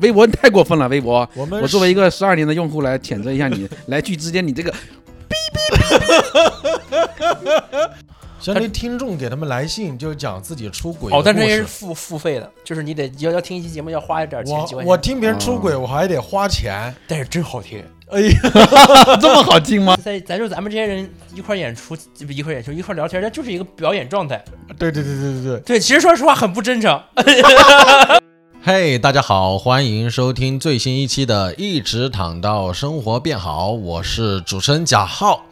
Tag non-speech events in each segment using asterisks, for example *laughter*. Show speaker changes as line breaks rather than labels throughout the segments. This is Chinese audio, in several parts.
微博你太过分了，微博。
我们
我作为一个十二年的用户来谴责一下你， *laughs* 来去之间你这个 *laughs*
相对听众给他们来信，就是讲自己出轨的
哦，但这
故
也
事
是付付费的，就是你得要要听一期节目要花一点钱，几
我
块
我
钱。
听别人出轨，我还得花钱。
但是真好听，
哎呀，
这么好听吗？
在咱就咱们这些人一块儿演出，不一块儿演出一块儿聊天，这就是一个表演状态。
对对对对对对。
对，其实说实话很不真诚。
嘿大家好，欢迎收听最新一期的《一直躺到生活变好》，我是主持人贾浩。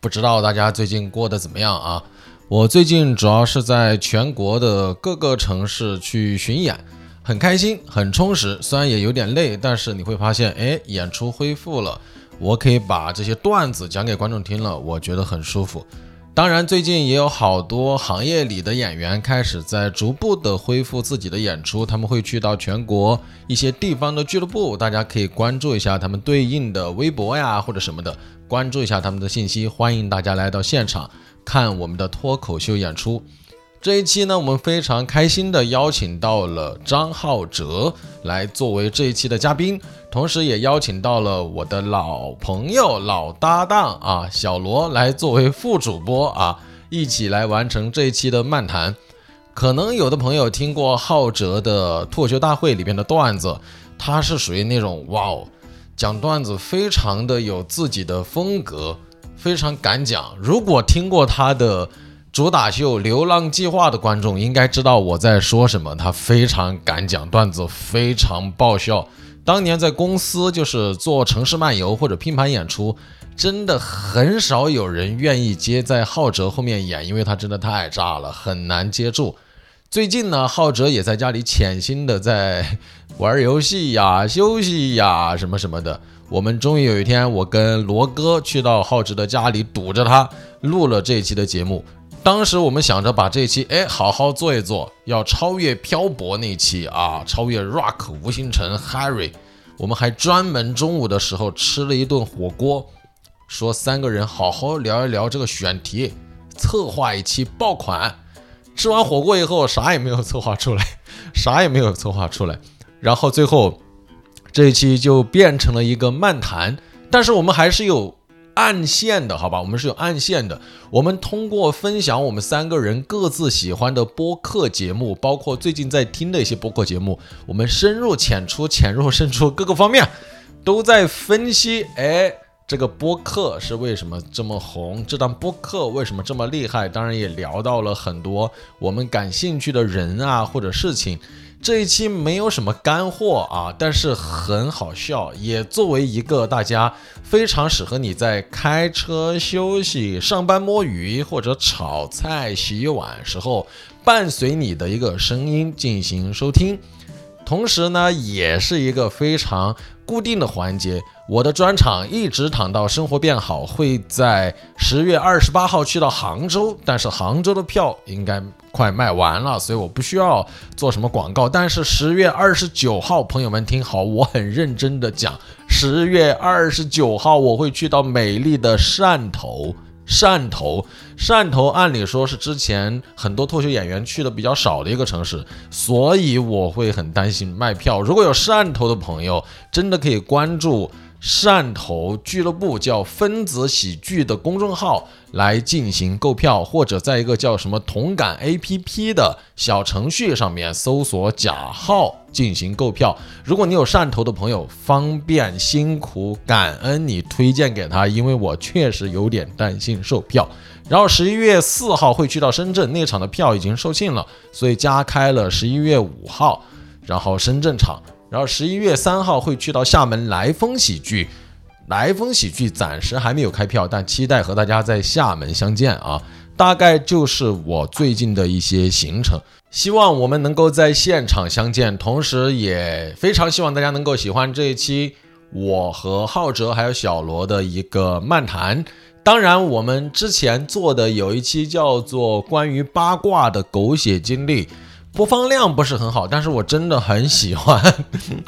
不知道大家最近过得怎么样啊？我最近主要是在全国的各个城市去巡演，很开心，很充实。虽然也有点累，但是你会发现，哎，演出恢复了，我可以把这些段子讲给观众听了，我觉得很舒服。当然，最近也有好多行业里的演员开始在逐步的恢复自己的演出，他们会去到全国一些地方的俱乐部，大家可以关注一下他们对应的微博呀或者什么的，关注一下他们的信息。欢迎大家来到现场看我们的脱口秀演出。这一期呢，我们非常开心的邀请到了张浩哲来作为这一期的嘉宾，同时也邀请到了我的老朋友、老搭档啊小罗来作为副主播啊，一起来完成这一期的漫谈。可能有的朋友听过浩哲的脱口秀大会里边的段子，他是属于那种哇哦，讲段子非常的有自己的风格，非常敢讲。如果听过他的主打秀《流浪计划》的观众应该知道我在说什么，他非常敢讲段子，非常爆笑。当年在公司就是做城市漫游或者拼盘演出，真的很少有人愿意接在浩哲后面演，因为他真的太炸了，很难接住。最近呢，浩哲也在家里潜心的在玩游戏呀、休息呀什么什么的。我们终于有一天，我跟罗哥去到浩哲的家里，堵着他录了这一期的节目。当时我们想着把这期哎好好做一做，要超越漂泊那期啊，超越 Rock 吴星辰 Harry。我们还专门中午的时候吃了一顿火锅，说三个人好好聊一聊这个选题，策划一期爆款。吃完火锅以后，啥也没有策划出来， *laughs* 啥也没有策划出来。然后最后这一期就变成了一个漫谈，但是我们还是有暗线的，好吧？我们是有暗线的。我们通过分享我们三个人各自喜欢的播客节目，包括最近在听的一些播客节目，我们深入浅出、浅入深出各个方面都在分析。哎，这个播客是为什么这么红？这档播客为什么这么厉害？当然也聊到了很多我们感兴趣的人啊或者事情。这一期没有什么干货啊，但是很好笑，也作为一个大家非常适合你在开车休息、上班摸鱼或者炒菜、洗碗时候，伴随你的一个声音进行收听。同时呢，也是一个非常固定的环节。我的专场一直躺到生活变好，会在十月二十八号去到杭州，但是杭州的票应该快卖完了，所以我不需要做什么广告。但是十月二十九号，朋友们听好，我很认真的讲，十月二十九号我会去到美丽的汕头。汕头，汕头按理说是之前很多脱口秀演员去的比较少的一个城市，所以我会很担心卖票。如果有汕头的朋友，真的可以关注汕头俱乐部叫分子喜剧的公众号来进行购票，或者在一个叫什么同感 APP 的小程序上面搜索假号进行购票。如果你有汕头的朋友，方便辛苦感恩你推荐给他，因为我确实有点担心售票。然后十一月四号会去到深圳，那场的票已经售罄了，所以加开了十一月五号，然后深圳场，然后十一月三号会去到厦门来风喜剧。来风喜剧暂时还没有开票，但期待和大家在厦门相见啊！大概就是我最近的一些行程，希望我们能够在现场相见，同时也非常希望大家能够喜欢这一期我和浩哲还有小罗的一个漫谈。当然，我们之前做的有一期叫做关于八卦的狗血经历，播放量不是很好，但是我真的很
*laughs*
喜欢，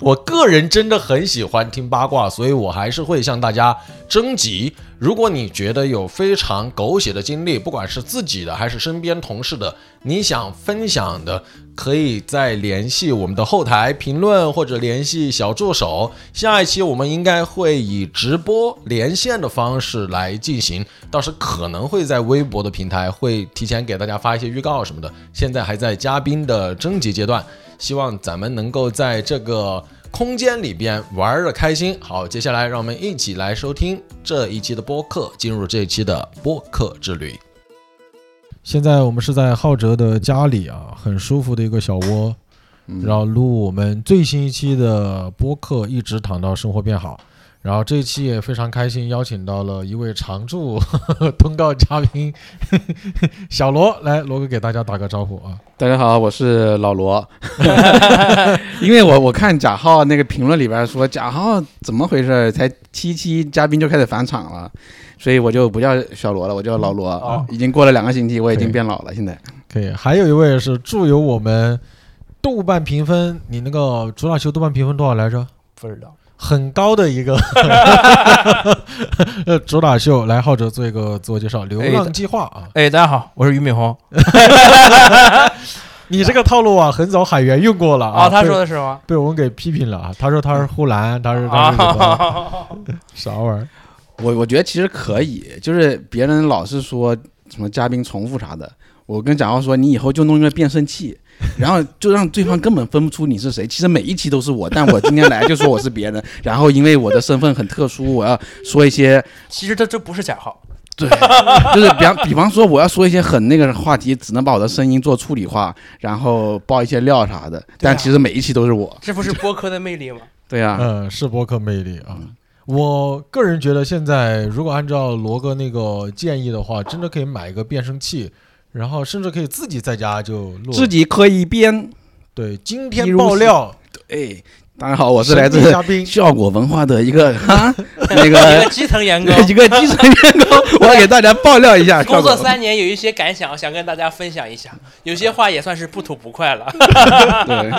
我个人真的很喜欢听八卦，所以我还是会向大家征集。
如果你觉得有非常狗血的经历，不管是自己的还是身边同事的，你想分享的，可以再联系我们的后台评论或者联系小助手。下一期我们应该会以直播连线的方式来进行，到时可能会在微博的平台会提前给大家发一些预告什么的。现在还在嘉宾的征集阶段，希望咱们能够在这个。空间里边玩的开心。好，接下来让我们一起来收听这一期的播客，进入这一期的播客之旅。现在我们是在浩哲的家里啊，很舒服的一个小窝，
嗯
然后录我们最新一期的播客，一直躺到生活变好。然后这一期也非常开心，邀请到了一位常驻 *laughs* 通告嘉宾小罗，来罗哥给大家打个招呼啊。
大家好，我是老 *laughs* 罗。因为我我看贾浩那个评论里边说贾浩怎么回事，才七期嘉宾就开始返场了，所以我就不叫小罗了，我叫老罗。
哦
已经过了两个星期，我已
对
经变老了，现在。
可以，还有一位是祝由我们豆瓣评分，你那个主打秀豆瓣评分多少来着？
不知道，
很高的一个，呃，主打秀来浩哲做一个自我介绍，《流浪计划》啊，
哎，大家好，我是俞敏洪
你这个套路啊，很早海源用过了啊，
啊，他
被
说的是吗？
被我们给批评了啊，他说他是护栏，他是他是什么
啊，
啥玩意儿？
我我觉得其实可以，就是别人老是说什么嘉宾重复啥的，我跟蒋浩说，你以后就弄一个变声器，然后就让对方根本分不出你是谁。其实每一期都是我，但我今天来就说我是别人，然后因为我的身份很特殊，我要说一些
*laughs* 其实这这不是假号，
对， *laughs* 就是比方比方说我要说一些很那个的话题，只能把我的声音做处理化，然后爆一些料啥的，但其实每一期都是我。
这不是播客的魅力 *laughs* 吗？
对啊呀、
嗯，是播客魅力啊。
嗯
我个人觉得，现在如果按照罗哥那个建议的话，真的可以买一个变声器，然后甚至可以自己在家就录。
自己可以编。
对，今天爆 *laughs* 料，
对，哎大家好，我是来自
神秘嘉宾
效果文化的一个
*laughs*
哈那
一
个。
呃个基层员工
*laughs* 一个基层员工，我给大家爆料一下，
*laughs* 工作
效果
三年有一些感想，想跟大家分享一下，有些话也算是不吐不快了。
对，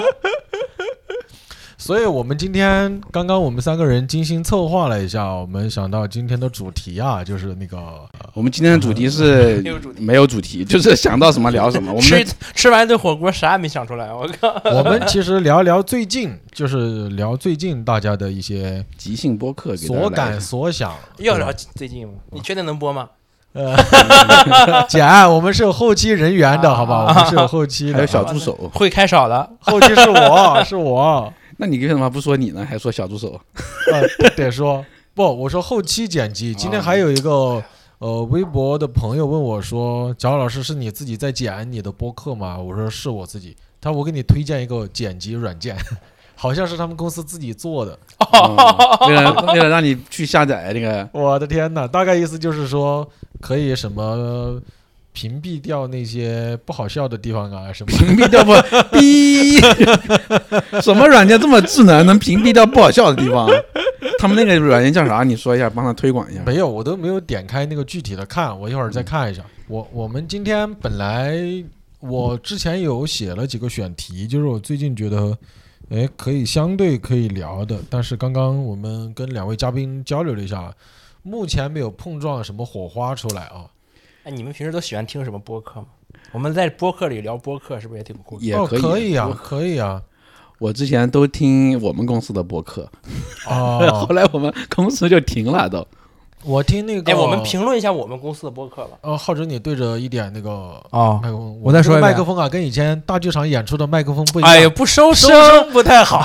所以我们今天刚刚我们三个人精心策划了一下，我们想到今天的主题啊，就是那个
我们今天的主题是
*laughs* 没有主题
没有主题，就是想到什么聊
*laughs*
什么。我
吃
们
吃完顿火锅，啥也没想出来，我靠！
我们其实聊一聊最近，就是聊最近大家的一些
即兴播客 *laughs* 给大家
所
来
感所想。
要聊最近吗？你确定能播吗？
呃， *laughs* 姐，我们是有后期人员的，好吧？我们是啊有后期的，
还有小助手，
会开少的，
*laughs* 后期是我，是我，
那你为什么不说你呢？还说小助
*laughs*
手？
呃，得说不，我说后期剪辑。今天还有一个呃，微博的朋友问我说：“蒋老师，是你自己在剪你的播客吗？”我说：“是我自己。”他说：“我给你推荐一个剪辑软件， *laughs* 好像是他们公司自己做的。
嗯为了为了让你去下载那
*laughs*
个”
我的天呐，大概意思就是说可以什么。屏蔽掉那些呃不好笑的地方啊，什么
屏蔽掉不哔， *laughs* 什么软件这么智能，能屏蔽掉不好笑的地方？他们那个软件叫啥？你说一下，帮他推广一下。
没有，我都没有点开那个具体的看，我一会儿再看一下。我我们今天本来我之前有写了几个选题，就是我最近觉得，哎，可以相对可以聊的，但是刚刚我们跟两位嘉宾交流了一下，目前没有碰撞什么火花出来啊。
哎，你们平时都喜欢听什么播客吗？我们在播客里聊播客，是不是也挺酷的？
也
哦，
以，
可以啊
我，
可以啊。
我之前都听我们公司的播客， *laughs*
哦，
后来我们公司就停了都。
我听那个，
哎，我们评论一下我们公司的播客吧。
呃，浩哲，你对着一点那个
哦，
麦克风，
我再说一
这个麦
遍
克风啊，跟以前大剧场演出的麦克风不一样。
哎呀，不哎收
收
声不太好，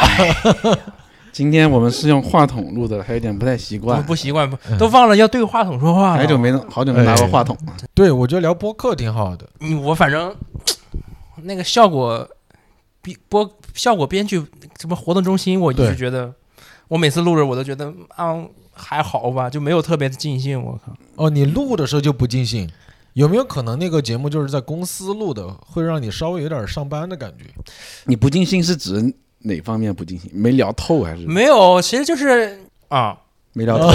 今天我们是用话筒录的，还有点不太习
我
哦
惯，
不习惯，不都忘了要对话筒说话
好久
了。
没弄好久没拿
哎
过话筒了。
对我觉得聊播客挺好的。
嗯我反正那个效果，比播效果编剧什么活动中心，我一
对
直觉得，我每次录着我都觉得啊还好吧，就没有特别的尽兴。我靠，
哦，你录的时候就不尽兴，有没有可能那个节目就是在公司录的，会让你稍微有点上班的感觉？
你不尽兴是指哪方面不尽兴？没聊透还是
没有，其实就是啊，
没聊透？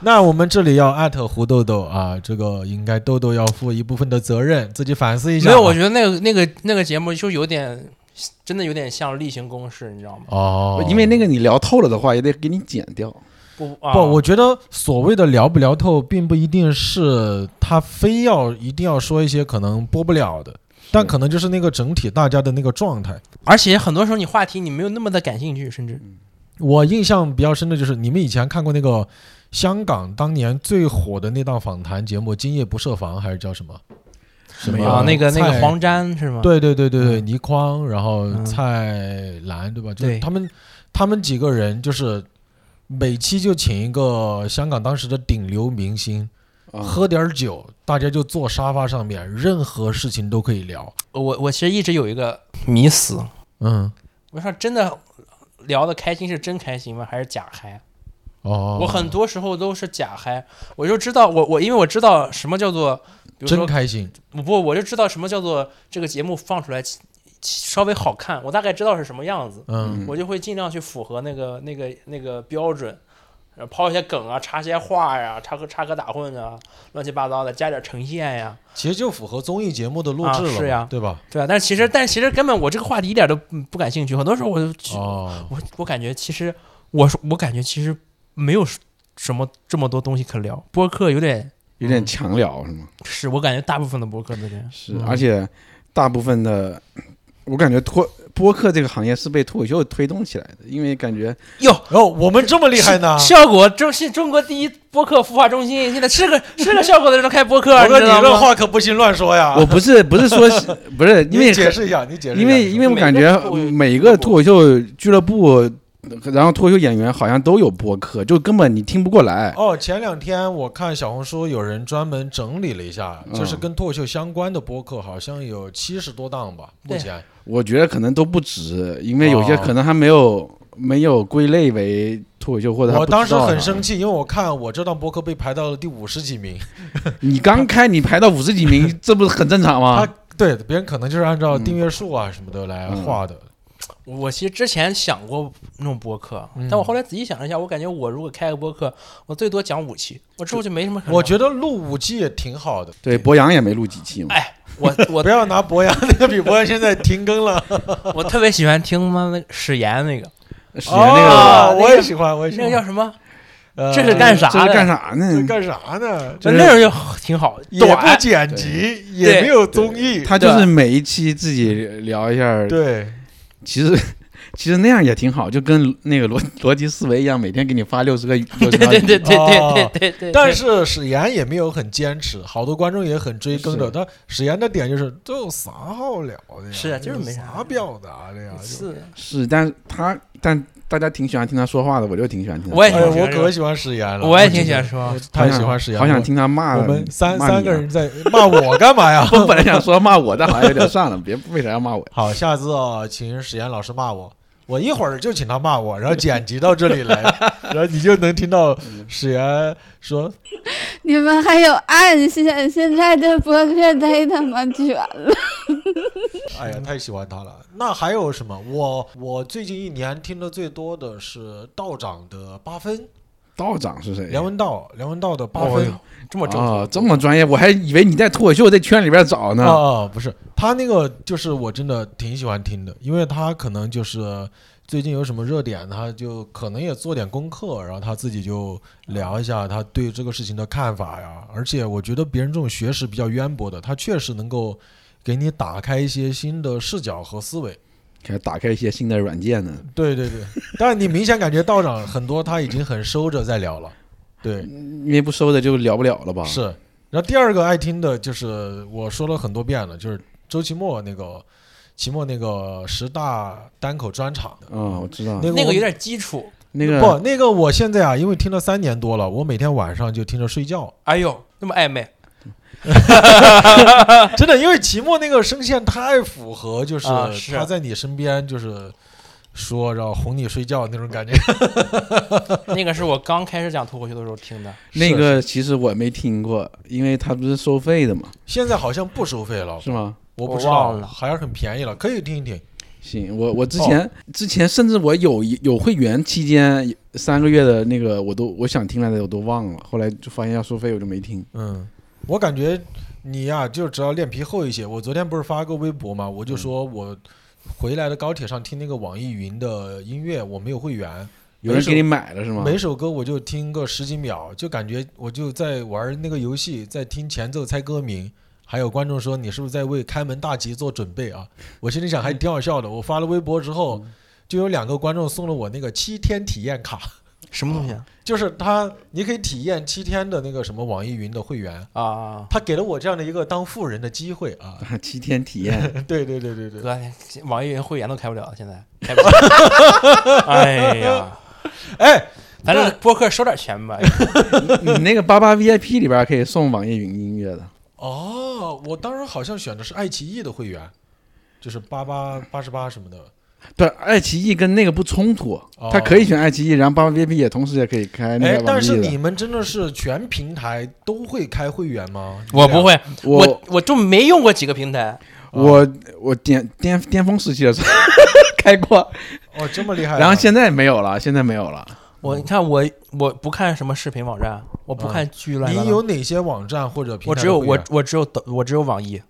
那我们这里要艾特胡豆豆啊，这个应该豆豆要负一部分的责任，自己反思一下
没
啊。
有，我觉得那个那个那个节目就有点，真的有点像例行公事，你知道吗？
哦，
*laughs* 因为那个你聊透了的话，也得给你剪掉。
不啊
不，我觉得所谓的聊不聊透，并不一定是他非要一定要说一些可能播不了的，但可能就是那个整体大家的那个状态。
而且很多时候你话题你没有那么的感兴趣，甚至
我印象比较深的就是你们以前看过那个香港当年最火的那档访谈节目《今夜不设防》，还是叫什么？什
没
么
有
啊，那个那个
蔡
黄沾是吗？
对对对对对，
嗯
倪匡，然后
嗯
蔡澜，对吧？就
对
他们他们几个人就是。每期就请一个香港当时的顶流明星，
啊
喝点儿酒，大家就坐沙发上面，任何事情都可以聊。
我我其实一直有一个迷思，
嗯，
我说真的聊的开心是真开心吗？还是假嗨？
哦，
我很多时候都是假嗨，我就知道我我因为我知道什么叫做，比如
真
说
开心。
我不我就知道什么叫做这个节目放出来其其稍微好看，我大概知道是什么样子，
嗯，
我就会尽量去符合那个那个那个标准，呃抛一些梗啊，插些话呀、插科插科打诨啊，乱七八糟的，加点呈现呀、
其实就符合综艺节目的录制了嘛，
啊是呀
对吧？
对啊，但是其
嗯
实，但其实根本我这个话题一点都嗯不感兴趣。很多时候我就去，
啊
哦，
我我感觉其实我我感觉其实没有什么这么多东西可聊。播客有点
有点强聊是吗？
是我感觉大部分的播客都这样。
是，
嗯
而且大部分的，我感觉脱播客这个行业是被脱口秀推动起来的，因为感觉
哟，
然后我们这么厉害
*laughs*
呢？
效果中是中国第一播客孵化中心，现在是个是个效果的人都开播
啊
客，
我
你
说你
知道
这
吗？
话可不行乱说呀！
我不是不是说是不
*laughs*
是，因为
你啊解释一下，你解释一
因
下，
为因为我感觉每
每
个
个
脱口
脱
秀俱乐部，然后脱口秀演员好像都有播客，就根本你听不过来。
哦，前两天我看小红书有人专门整理了一下，
嗯
就是跟脱口秀相关的播客，好像有七十多档吧，目
对
前。
我觉得可能都不值，因为有些
哦
可能还没有没有归类为脱口秀，或者他不
我
知道
当时很
呢
生气，因为我看我这档播客被排到了第五十几名，
你刚开你排到五十几名，
*laughs*
这不是很正常吗
他？对别人可能就是按照订阅数啊什么的来
啊嗯
画的。
我其实之前想过弄播客，
嗯
但我后来仔细想了一下，我感觉我如果开个播客，我最多讲五期，我之后就没什么可
嗯
聊。
我觉得录五季也挺好的，
对，博洋也没录几期嘛。
哎，我我
不要拿博洋那个比博洋现在停
*laughs*
更了。
我特别喜欢听他妈那个史岩那个，
史岩啊那个
哦
那个
我也喜欢，我也喜
那个
欢。
叫什么？
呃
这是干啥
这是
的
干啥
这
呢？
干啥呢？
就
那
是
那种就挺好，
也不
哎
短，
剪辑，也没有综艺。
他就是每一期自己聊一下，
对，
其实 *laughs* 其实那样也挺好，就跟那个逻逻辑思维一样，每天给你发六十个语。对
对对对对对对对对对。
但是史岩也没有很坚持，好多观众也很追更着。
是
但史岩的点就是，这有啥好聊的呀？
是啊就是没
有
啥
啥表达的呀。就是
是，但是他但大家挺喜欢听他说话的，我就挺喜欢听他说话。
我也
哎呀，我
挺喜欢这个
可喜欢史岩了，
我也挺喜欢说
我，太喜欢史岩了。
好想听他骂
我们三
骂
三
你
个
啊？
人在骂我干嘛
*laughs*
呀
我本
*laughs*
来想说骂我，但好像有点算了，别为啥要骂我？
好，下次啊，请史岩老师骂我，我一会儿就请他骂我，然后剪辑到这里来，
*laughs*
然后你就能听到史岩说
你们还有暗线，现在这播客太他妈卷了。：“
哎呀，太喜欢他了。”那还有什么？我我最近一年听的最多的是道长的八分，
道长是谁？
梁文道，梁文道的八
哦
分。
哟这么正
啊，这么专业，我还以为你在脱口秀这圈里边找
啊、
呢。
不是他那个，就是我真的挺喜欢听的，因为他可能就是最近有什么热点，他就可能也做点功课，然后他自己就聊一下他对这个事情的看法呀。而且我觉得别人这种学识比较渊博的，他确实能够给你打开一些新的视角和思维。
给他打开一些新的软件呢。
对对 *laughs* 对，但你明显感觉道长很多他已经很收着在聊了，对，
嗯
因为不收的就聊不了了吧？
是。然后第二个爱听的就是我说了很多遍了，就是周奇墨那个，奇墨那个十大单口专场的
啊，我知道
那个
那
我
个有点基础。
那个
不，那个我现在啊，因为听了三年多了，我每天晚上就听着睡觉，
哎呦，那么暧昧，
真的，因为奇墨那个声线太符合，就是
啊是
他在你身边就是说，然后哄你睡觉那种感觉。
那个是我刚开始讲脱口秀的时候听的。
那个其实我没听过，因为它不是收费的嘛，
现在好像不收费了，
是吗？
我不
我
知道，
忘了
好像很便宜了，可以听一听。
行，我我
哦
之前、之前甚至我有一有会员期间三个月的那个我都我想听来的我都忘了，后来就发现要收费我就没听。
嗯，我感觉你呀、就只要脸皮厚一些。我昨天不是发个微博嘛，我
嗯
就说我回来的高铁上听那个网易云的音乐，我没有会员，
有人给你买了是吗？
每首歌我就听个十几秒，就感觉我就在玩那个游戏，在听前奏猜歌名。还有观众说你是不是在为开门大吉做准备啊？我心
*laughs*
里想还挺好笑的。我发了微博之后，就有两个观众送了我那个七天体验卡， *laughs*
什么东西啊？
就是他你可以体验七天的那个什么网易云的会员，
啊，
他给了我这样的一个当富人的机会啊！
七天体验， *laughs*
对对对对对，
哥， *laughs* 网易云会员都开不了，现在开不了。哎 *laughs* 呀，
哎，
咱这播客收点钱吧。
你那个八八 VIP 里边可以送网易云音乐的，
哦，我当时好像选的是爱奇艺的会员，就是八八八十八什么的。
不是爱奇艺跟那个不冲突
哦，
他可以选爱奇艺，然后八八 VIP 也同时也可以开那
哎
个，网
但
易
是
的
你。们真的是全平台都会开会员吗？
我不会，
我
我我就没用过几个平台。
我我巅巅巅峰时期的时候 *laughs* 开过，
哦，这么厉害啊、
然后现在没有了，现在没有了。
我你看我我不看什么视频网站，我不看剧乱七八糟
你有哪些网站或者平台
嗯我只
的
有
会员
我我只有抖我只有网易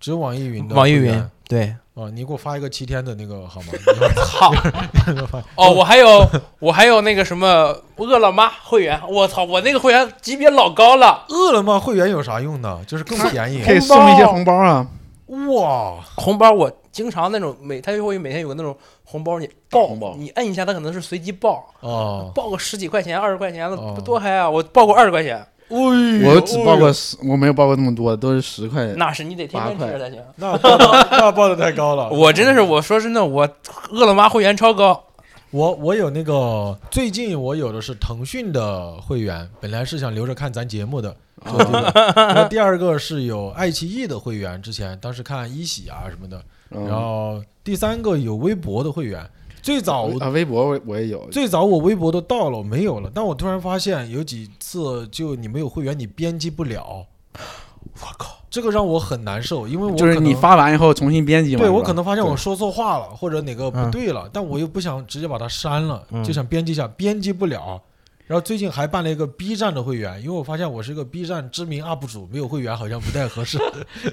只有网易云的
网易
会
云
员
对。
哦，你给我发一个七天的那
*laughs*
个好吗？
好，哦，我还有我还有那个什么饿了么会员，我操，我那个会员级别老高了，
饿了么会员有啥用呢？就是更便宜
可以送一些红包啊！
哇！
红包我经常那种每他就会每天有个那种红包，你
大
爆
红包
你摁一下，它可能是随机爆，
哦，
爆个十几块钱、二十块钱的，
哦
多嗨啊！我爆过二十块钱，
我
我
只报过十，我没有报过那么多，都是十块。
那是你得天
呃八
天
块哦
吃才行。
那
*laughs*
报的那报的太高了，
我真的是我说真的，我饿了么会员超高，
我我有那个最近我有的是腾讯的会员，本来是想留着看咱节目的，就这个。然后第二个是有爱奇艺的会员，之前当时看一喜啊什么的。
嗯
然后第三个有微博的会员，最早
啊，微博我我也有，
最早我微博都到了，我没有了。但我突然发现有几次就你没有会员，你编辑不了。我靠，这个让我很难受，因为我
就是
可
你
能
发完以后重新编辑嘛。
对
是吧
我可能发现我
对嗯
说错话了，或者哪个不对了，但我又不想直接把它删了，
嗯
就想编辑一下，编辑不了。然后最近还办了一个 B 站的会员，因为我发现我是一个 B 站知名 UP 主，没有会员好像不太合适。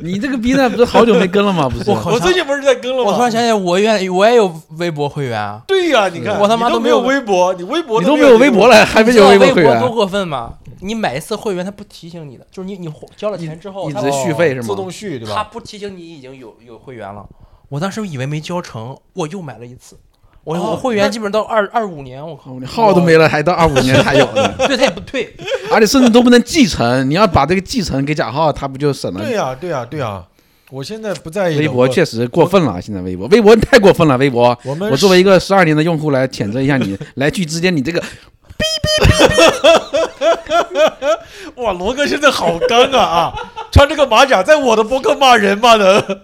你这个 B 站不是好久没跟了吗？不是，
我
*laughs*
靠
我最近不是在更了吗？
我突然想起来，我愿我也有微博会员啊，
对呀、你看
我他妈
你都
都没
没有
有
微博，你微博
你都
没
没有微博
了，
了， *laughs* 还没
你知
有
道微
博会员
多，过分吗？你买一次会员，他不提醒你的，就是你你交了钱之后，
一
他
直续费是
哦自
吗
动？续对
他
吧？
不提醒你已经有有会员了。我当时以为没交成，我又买了一次。我、
哦
我会员基本上到二二五年，我靠，
哦你号都没了，还到二五年才有
*laughs*
呢，
对他也不退。
而且甚至都不能继承。你要把这个继承给贾浩，他不就省了
对？啊呀、对呀、对呀、我现在不在意了
微博
我
确实过分了，现在微博，微博太过分了，微博。
我们
我作为一个十二年的用户来谴责一下你，来去之间你这个
哇，罗哥现在好尴尬啊！穿这个马甲，在我的博客骂人骂的。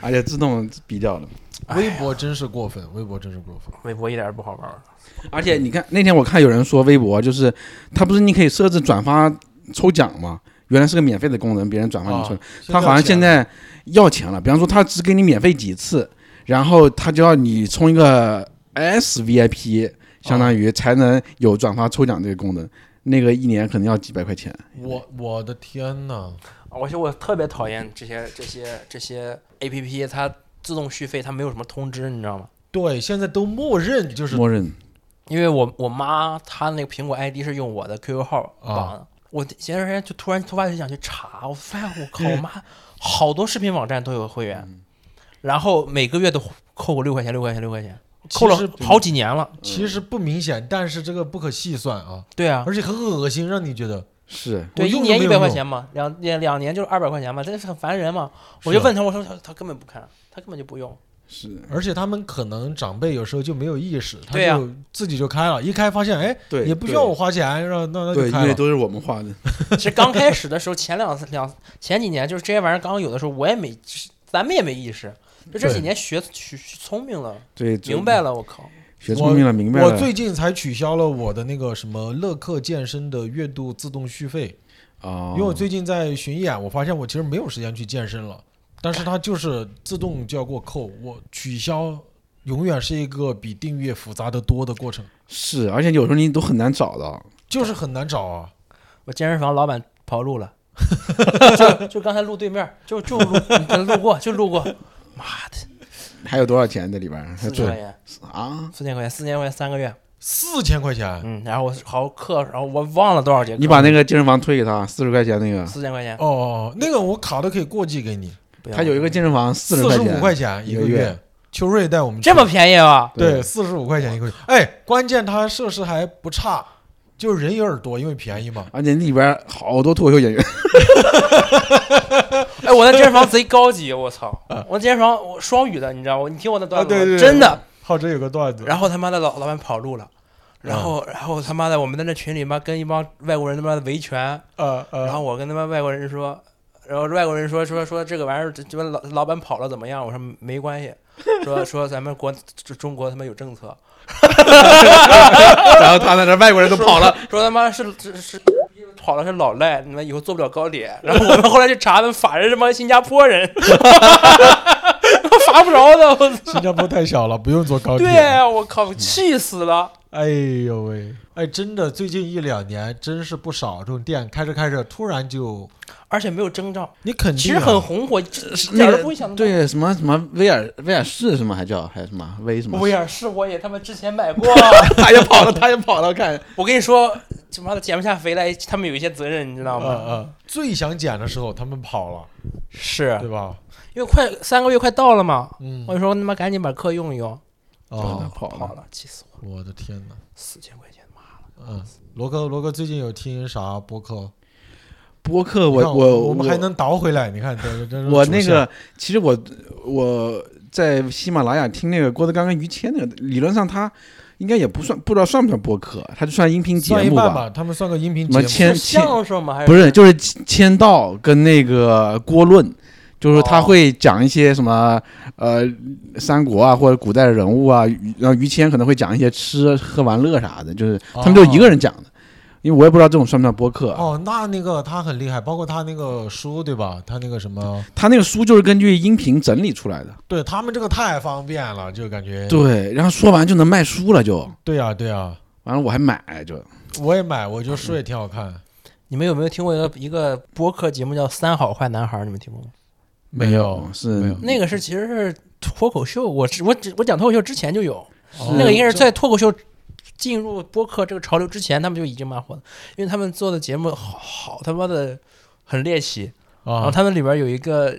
而且自动比较了。
微博真是过分，微博真是过分。
微博一点也不好玩儿，
而且你看那天我看有人说微博，就是它不是你可以设置转发抽奖吗？原来是个免费的功能，别人转发你抽奖，它好像现在要钱了。比方说，它只给你免费几次，然后它就要你充一个 S VIP，相当于才能有转发抽奖这个功能。那个一年可能要几百块钱。
我我的天呐，
我就我特别讨厌这些这些这些 A P P，它自动续费，它没有什么通知，你知道吗？
对，现在都默认就是
默认
因为我我妈她那个苹果 ID 是用我的 QQ 号
啊
绑的，我前段时间就突然突发奇想去查，我发现我靠，
嗯
我妈好多视频网站都有会员，然后每个月都扣我六块钱，六块钱，六块钱，扣了
其实
好几年了。
其
嗯
实不明显，但是这个不可细算啊，
对啊，
而且很恶心，让你觉得
是
对，
我
一
用都
年
没
一
有
百块
用
钱嘛，两两两年就是二百块钱嘛，这是很烦人嘛。我
是啊
就问他，我说他他根本不看，他根本就不用。
是，
而且他们可能长辈有时候就没有意识，他
对呀
就自己就开了，一开发现哎，
啊对
也不需要我花钱，让那那
对，
就
因
开
为
了。
都是我们画的。
其实刚开始的时候，前两两前几年就是这些玩意儿刚有的时候，我也没，咱们也没意识。就这
对
几年学学学聪明了，
对，
明白了，我靠！
学聪明了，明白了。
我最近才取消了我的那个什么乐客健身的月度自动续费，
啊，
因为我最近在巡演，我发现我其实没有时间去健身了，但是它就是自动就要给我扣，我取消永远是一个比订阅复杂的多的过程，
是，而且有时候你都很难找到。
就是很难找啊。
我健身房老板跑路了，
*laughs*
*laughs* 就就刚才路对面，就就路路过就路过，妈的，
还有多少钱在里边儿？还
四千
做
块钱，
啊？
四千块钱，四千块钱三个月，
四千块钱
嗯，然后我好好课，然后我忘了多少节课，
你把那个健身房退给他，四十块钱那个，
四千块钱，
哦哦，那个我卡都可以过寄给你，
不要
他有一个健身房四
四
十
十
钱，
五块钱一
一
个
个月
月。秋瑞带我们去
这么便宜啊吗？
对，四十五块钱一个月。哎，关键它设施还不差，就是人有点多，因为便宜嘛。
而且里边儿好多脱口秀演员，
哎，我那健身房贼高级，我操！
啊
我健身房我双语的，你知道吗？你听我那段子吗，
啊对对对
真的。
浩哲有个段子，
然后他妈的老老板跑路了，然后然后他妈的我们在那群里妈跟一帮外国人他妈的维权，
呃呃，
然后我跟他妈外国人说，然后外国人说说说这个玩意儿，这这帮老老板跑了怎么样？我说没关系，说说咱们国中中国他妈有政策，
然后他在那外国人都跑
*laughs*
了，
说他妈是是是跑了是老赖，你们以后坐不了高铁。然后我们后来去查，他们法人是帮新加坡人， *laughs* 罚不着的，我操！
新加坡太 *laughs* 小了，不用坐高铁。
对啊我靠，气死了！
哎呦喂，哎，真的，最近一两年真是不少这种店开着开着，突然就
而且没有征兆，
你肯定、啊、
其实很红火，这一
那
点
个
都不会想到。
对什么什么威尔威尔士什么还叫还有什么威什么
威尔士啊我也他妈之前买
*laughs*
过，
他也跑
*laughs*
了，他也跑了，看
我跟你说，他妈的减不下肥来，他们有一些责任，你知道
嗯
吗？
嗯，最想减的时候他们跑了，
是
对吧？
因为快三个月快到了嘛，
嗯
我，就说他妈赶紧把课用一用，
哦
哦，
跑了
跑了，气死我！
我的天哪，
四千块钱，妈了！
嗯，罗哥，罗哥最近有听啥播客？
播客
你看
我
我
我
们还能倒回来，你看，这这
我那个其实我我在喜马拉雅听那个郭德纲跟于谦那个，理论上他应该也不算不知道算不算播客，他就算音频节
算一
目
半吧，他们算个音频节
什么千
目，
天
是相声吗？还
不是，就是签到跟那个郭论，就是
哦
他会讲一些什么、呃三国啊或者古代人物啊，于然后于谦可能会讲一些吃喝玩乐啥的，就是他们就一个人讲的，因为我也不知道这种算不算播客。
哦，那那个他很厉害，包括他那个书对吧？他那个什么，
他那个书就是根据音频整理出来的，
对他们这个太方便了，就感觉
对，然后说完就能卖书了就，
对呀、对呀、啊
完了我还买就，
我也买，我觉得书也挺好
嗯
看。
你们有没有听过一个一个播客节目叫《三好坏男孩》？你们听过
嗯
吗？
没有没
是
有
那个是其实是脱口秀，我只我只我讲脱口秀之前就有，
哦
那个应该是在脱口秀进入播客这个潮流之前，他们就已经蛮火的，因为他们做的节目好好他妈的很猎奇，然后
啊，
他们里边有一个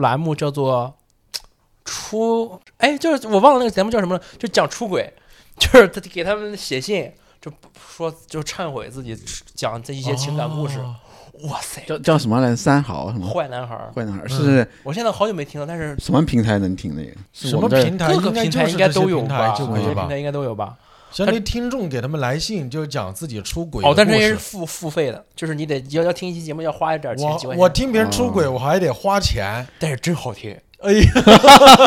栏目叫做“出”，哎，就是我忘了那个节目叫什么了，就讲出轨，就是 *laughs* 他给他们写信，就说就忏悔自己讲这一些情感故事。
哦
哇塞，
叫叫什么来着？三好什么
坏男孩儿！
坏男孩
嗯
是
我现在好久没听了，但是
什么平台能听那个？是
什
我
么
们这儿
平台？
各个
应该
平
就
台
是
应该
这些
都有
平
吧
台？就可
各个
以
平
吧
台？应该都有吧？
相当于听众给他们来信，就是讲自己出轨的
哦，但是
故
这
事
是付付费的，就是你得要要听一期节目要花一点钱，几块
我我
钱，
听别人
嗯
出轨，我还得
*laughs*
花钱。
但是真好听。
哎呀，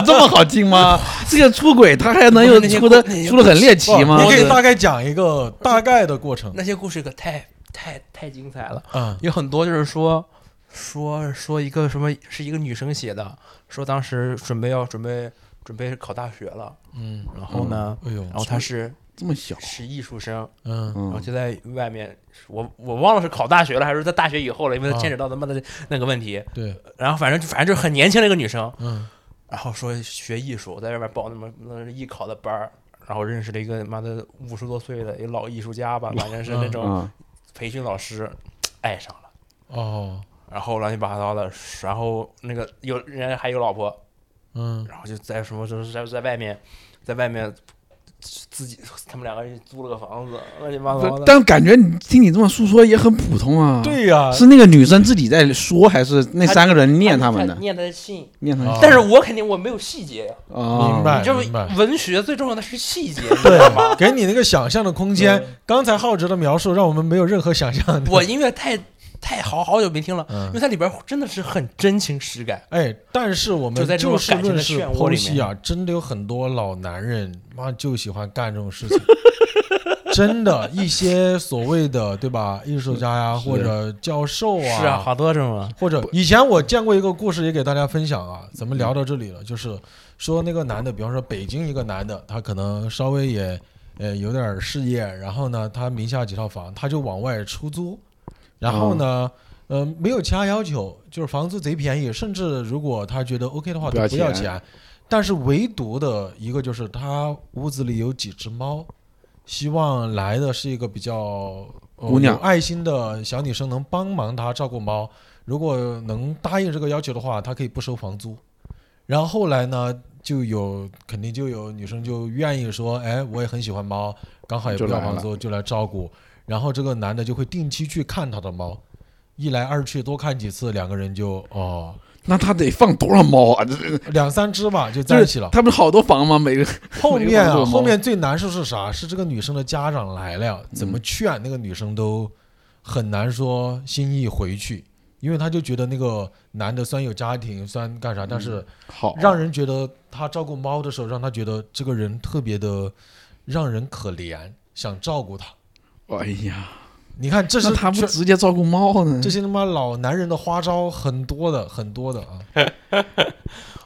这么好听吗？ *laughs* 这个出轨他还能有
不是那些
出的
那些
出的很猎奇吗
哦你？
我
可以
觉得
大概讲一个大概的过程。
那些故事可太太太精彩了。
嗯，
有很多就是说说说一个什么是一个女生写的，说当时准备要准备准备考大学了，
嗯，
然后呢，
哎呦，
然后她是
这么小，
是艺术生，
嗯
然后
嗯，
就在外面，我我忘了是考大学了还是在大学以后了，因为她
啊
牵扯到他妈的那个问题，呃
对，
然后反正反正就是很年轻的一个女生，
嗯
然后说学艺术，在外面报那么那么艺考的班儿。然后认识了一个妈的五十多岁的一个老艺术家吧，反正是那种
啊，
培训老师，爱上了。
哦
然后乱七八糟的，然后那个有人家还有老婆，
嗯
然后就在什么就是在在外面，在外面自己他们两个人租了个房子，乱七八糟的。
啊但感觉你听你这么诉说也很普通啊。，
对呀，
是那个女生自己在说，还是那三个人念他们的？
念他的信，
念他们
啊
但是我肯定我没有细节呀，
啊，
明白
你就是
哦明白
文学最重要的是
*laughs*
细节，你知道吗？
对，给你那个想象的空间。刚才浩哲的描述让我们没有任何想象的。
嗯我音乐太太好好久没听了，因
嗯
为，它里边真的是很真情实感，
哎，但是我们
就在这种
就事
感情
论
的
事
漩涡
剖
里
析
面
啊，真的有很多老男人妈就喜欢干这种
*laughs*
事情，真的，一些所谓的对吧，艺术家呀，或
是
者教授啊，
是啊，好多这种啊，
或者以前我见过一个故事，也给大家分享啊。咱们聊
嗯
到这里了，就是说那个男的，比方说北
*laughs*
京一个男的，他可能稍微也呃有点儿事业，然后呢，他名下几套房，他就往外出租，然后
哦
呢，嗯、没有其他要求，就是房租贼便宜，甚至如果他觉得 OK 的话，
不
就
要
不要
钱
钱。但是唯独的一个就是他屋子里有几只猫，希望来的是一个比较、呃
姑娘
有爱心的小女生能帮忙他照顾猫。如果能答应这个要求的话，他可以不收房租。然后后来呢，就有肯定就有女生就愿意说，哎，我也很喜欢猫，刚好也不
就
要
来
房
了
租，就来照顾。然后这个男的就会定期去看他的猫，一来二去多看几次，两个人就哦
那他得放多少猫啊？这这
两三只吧就在
这
一起了。
他不是好多房吗？每个
后面
我以为
啊，
我
后面最难受是啥？是这个女生的家长来了，怎么劝那个女生都很难说心意回去，因为她就觉得那个男的虽然有家庭，虽然干啥，但是
好啊
让人觉得他照顾猫的时候，让他觉得这个人特别的让人可怜，想照顾他。
哎呀，
你看，这是
那他不
全
直接照顾猫呢
这？些他妈老男人的花招很多的，很多的
*laughs*
啊！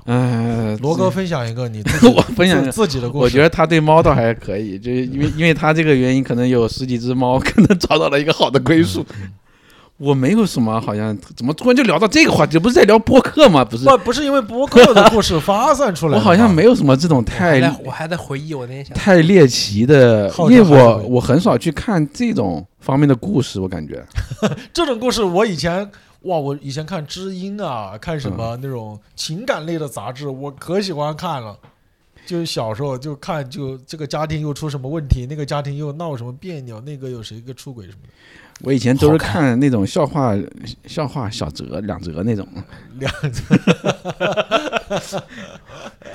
嗯，
罗哥
这
分享一个你自己
我分享一个
自自己的故事，
我觉得他对猫倒还可以，就是因为因为他这个原因，可能有十几只猫可能找到了一个好的归宿。我没有什么，好像怎么突然就聊到这个话题？不是在聊播客吗？不是，
不不是因为博客的故事发散出来的啊
我
吧，
好像没有什么这种太
我还在我还在回忆我那天想，
太猎奇的
好，
因为
奇好
我
奇
我很少去看这种方面的故事，我感觉
这种故事，我以前哇，我以前看知音啊，看什么那种情感类的杂志，我可喜欢看了。就是小时候就看，就这个家庭又出什么问题，那个家庭又闹什么别扭，那个有谁个出轨什么的，
我以前都
好
是
看
看那种笑话笑话小折两折那种。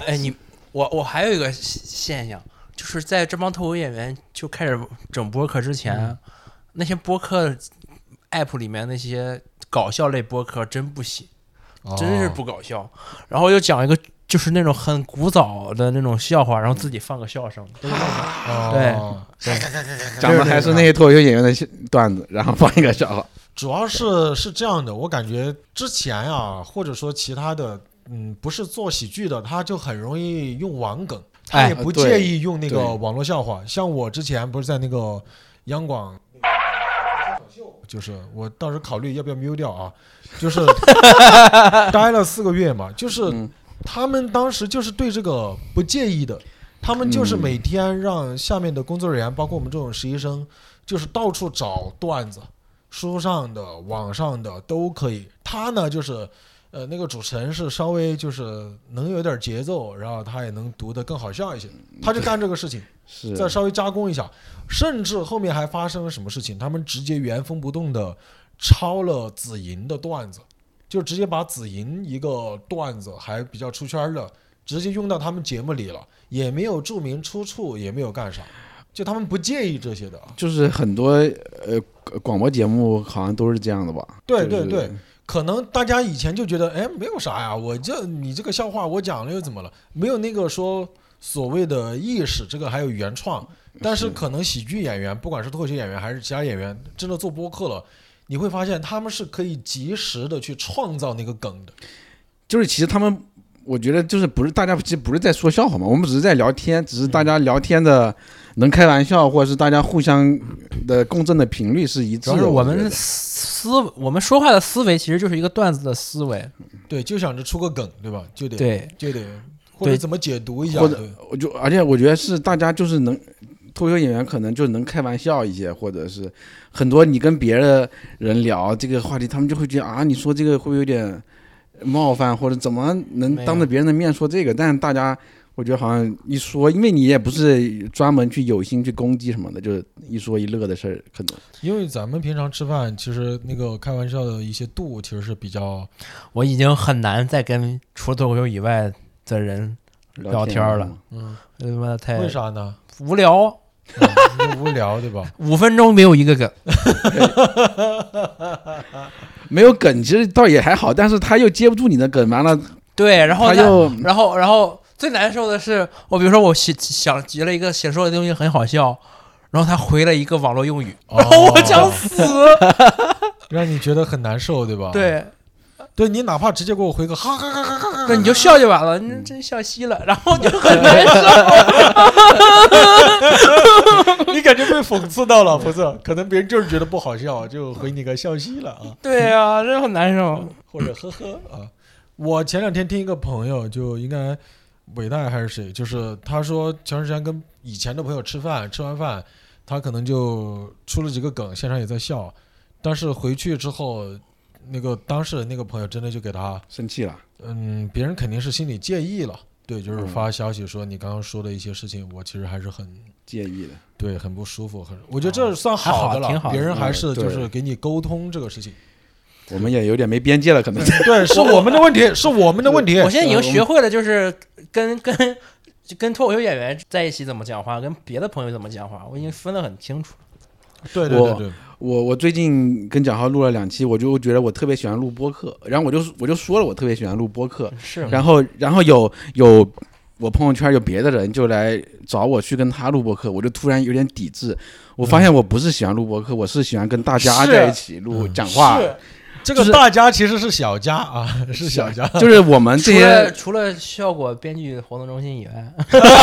哎，你我我还有一个现现象，就是在这帮脱口演员就开始整播客之前，
嗯
那些播客 app 里面那些搞笑类播客真不行，真是
哦
不搞笑。然后又讲一个就是那种很古早的那种笑话，然后自己放个笑声，都是那种
哦
讲的还是那些脱口秀演员的段子，然后放一个笑话。
主要是是这样的，我感觉之前啊，或者说其他的，嗯，不是做喜剧的，他就很容易用网梗，他
哎
也不
啊对
介意用那个
对
网络笑话。像我之前不是在那个
*laughs*
央广。就是我到时候考虑要不要 mute 掉啊，就是
*laughs*
待了四个月嘛，就是
嗯
他们当时就是对这个不介意的，他们就是
嗯
每天让下面的工作人员，包括我们这种实习生，就是到处找段子，书上的、网上的都可以。他呢，就是呃，那个主持人是稍微就是能有点节奏，然后他也能读得更好笑一些，他就干这个事情，
是
再稍微加工一下。甚至后面还发生了什么事情，他们直接原封不动的抄了子莹的段子，就直接把子莹一个段子还比较出圈的，直接用到他们节目里了，也没有注明出处，也没有干啥，就他们不介意这些的啊。
就是很多呃广播节目好像都是这样的吧？
对
就
对
是
对，可能大家以前就觉得，哎，没有啥呀，我这你这个笑话我讲了又怎么了？没有那个说所谓的意识，这个还有原创。但嗯是
是
可能喜剧演员，不管是脱口秀演员还是其他演员，真的做播客了，你会发现他们是可以及时的去创造那个梗的。
就是其实他们，我觉得就是不是大家其实不是在说笑话嘛，我们只是在聊天，只是大家
嗯
聊天的能开玩笑，或者是大家互相的共振的频率是一致的。
主要是我们
觉
的
得
思我们说话的思维其实就是一个段子的思维，
对，就想着出个梗，嗯对吧？就得
对
就得或者
对
怎么解读一下，
或者
对
我就而且我觉得是大家就是能。脱口秀演员可能就能开玩笑一些，或者是很多你跟别的人聊这个话题，他们就会觉得啊，你说这个会不会有点冒犯，或者怎么能
没有
当着别人的面说这个？但是大家我觉得好像一说，因为你也不是专门去有心去攻击什么的，就是一说一乐的事儿，可能
因为咱们平常吃饭，其实那个开玩笑的一些度其实是比较
我已经很难再跟除了脱口秀以外的人聊天
天啊
儿
儿
了。
嗯，
他妈太
为啥呢？
无聊，
嗯无聊对吧？
五分钟没有一个梗。
没有梗其实倒也还好，但是他又接不住你的梗，完了
哦对，然后
他
呢
又
然后然后最难受的是，我比如说我写想截了一个写出来的东西很好笑，然后他回了一个网络用语， *laughs*
哦
然后我
*laughs*
想死。
让你觉得很难受，对吧？，
对，
对你哪怕直接给我回个哈哈哈哈哈哈，
那你就笑就完了，你
嗯
真笑稀了， *laughs* 然后就
*laughs*
很难受。
你感觉被讽刺到了，不是？可能别人就是觉得不好笑，就回你个笑嘻了啊，
对啊，真很难受。
或者呵呵啊。我前两天听一个朋友，就应该伟大还是谁，就是他说前段时间跟以前的朋友吃饭，吃完饭他可能就出了几个梗，现场也在笑，但是回去之后，那个当事人那个朋友真的就给他，
生气了，
嗯，别人肯定是心里介意了，对，就是发消息说你刚刚说的一些事情，我其实还是很
介意了。
对，很不舒服，很，我觉得这算好的了，
还好挺好的
别人哦还是
嗯
就
对
是给你沟通这个事情，
我们也有点没边界了，可能。
对，是我们的问题，是我们的问题，
我现在已经
呃
学会了，就是跟跟就跟脱口秀演员在一起怎么讲话，跟别的朋友怎么讲话，我已经分得很清楚。
对对对对，
我我最近跟蒋浩录了两期，我就觉得我特别喜欢录播客，然后我就我就说了我特别喜欢录播客，
是，
然后然后有有我朋友圈有别的人就来找我去跟他录播客，我就突然有点抵制，我发现我不是喜欢录播客，我是喜欢跟大家
嗯是嗯
在一起录讲话，
是
这个
就是嗯
大家其实是小家啊，是小家，
就是我们这
除了
些，
除了效果编剧活动中心以外， *laughs*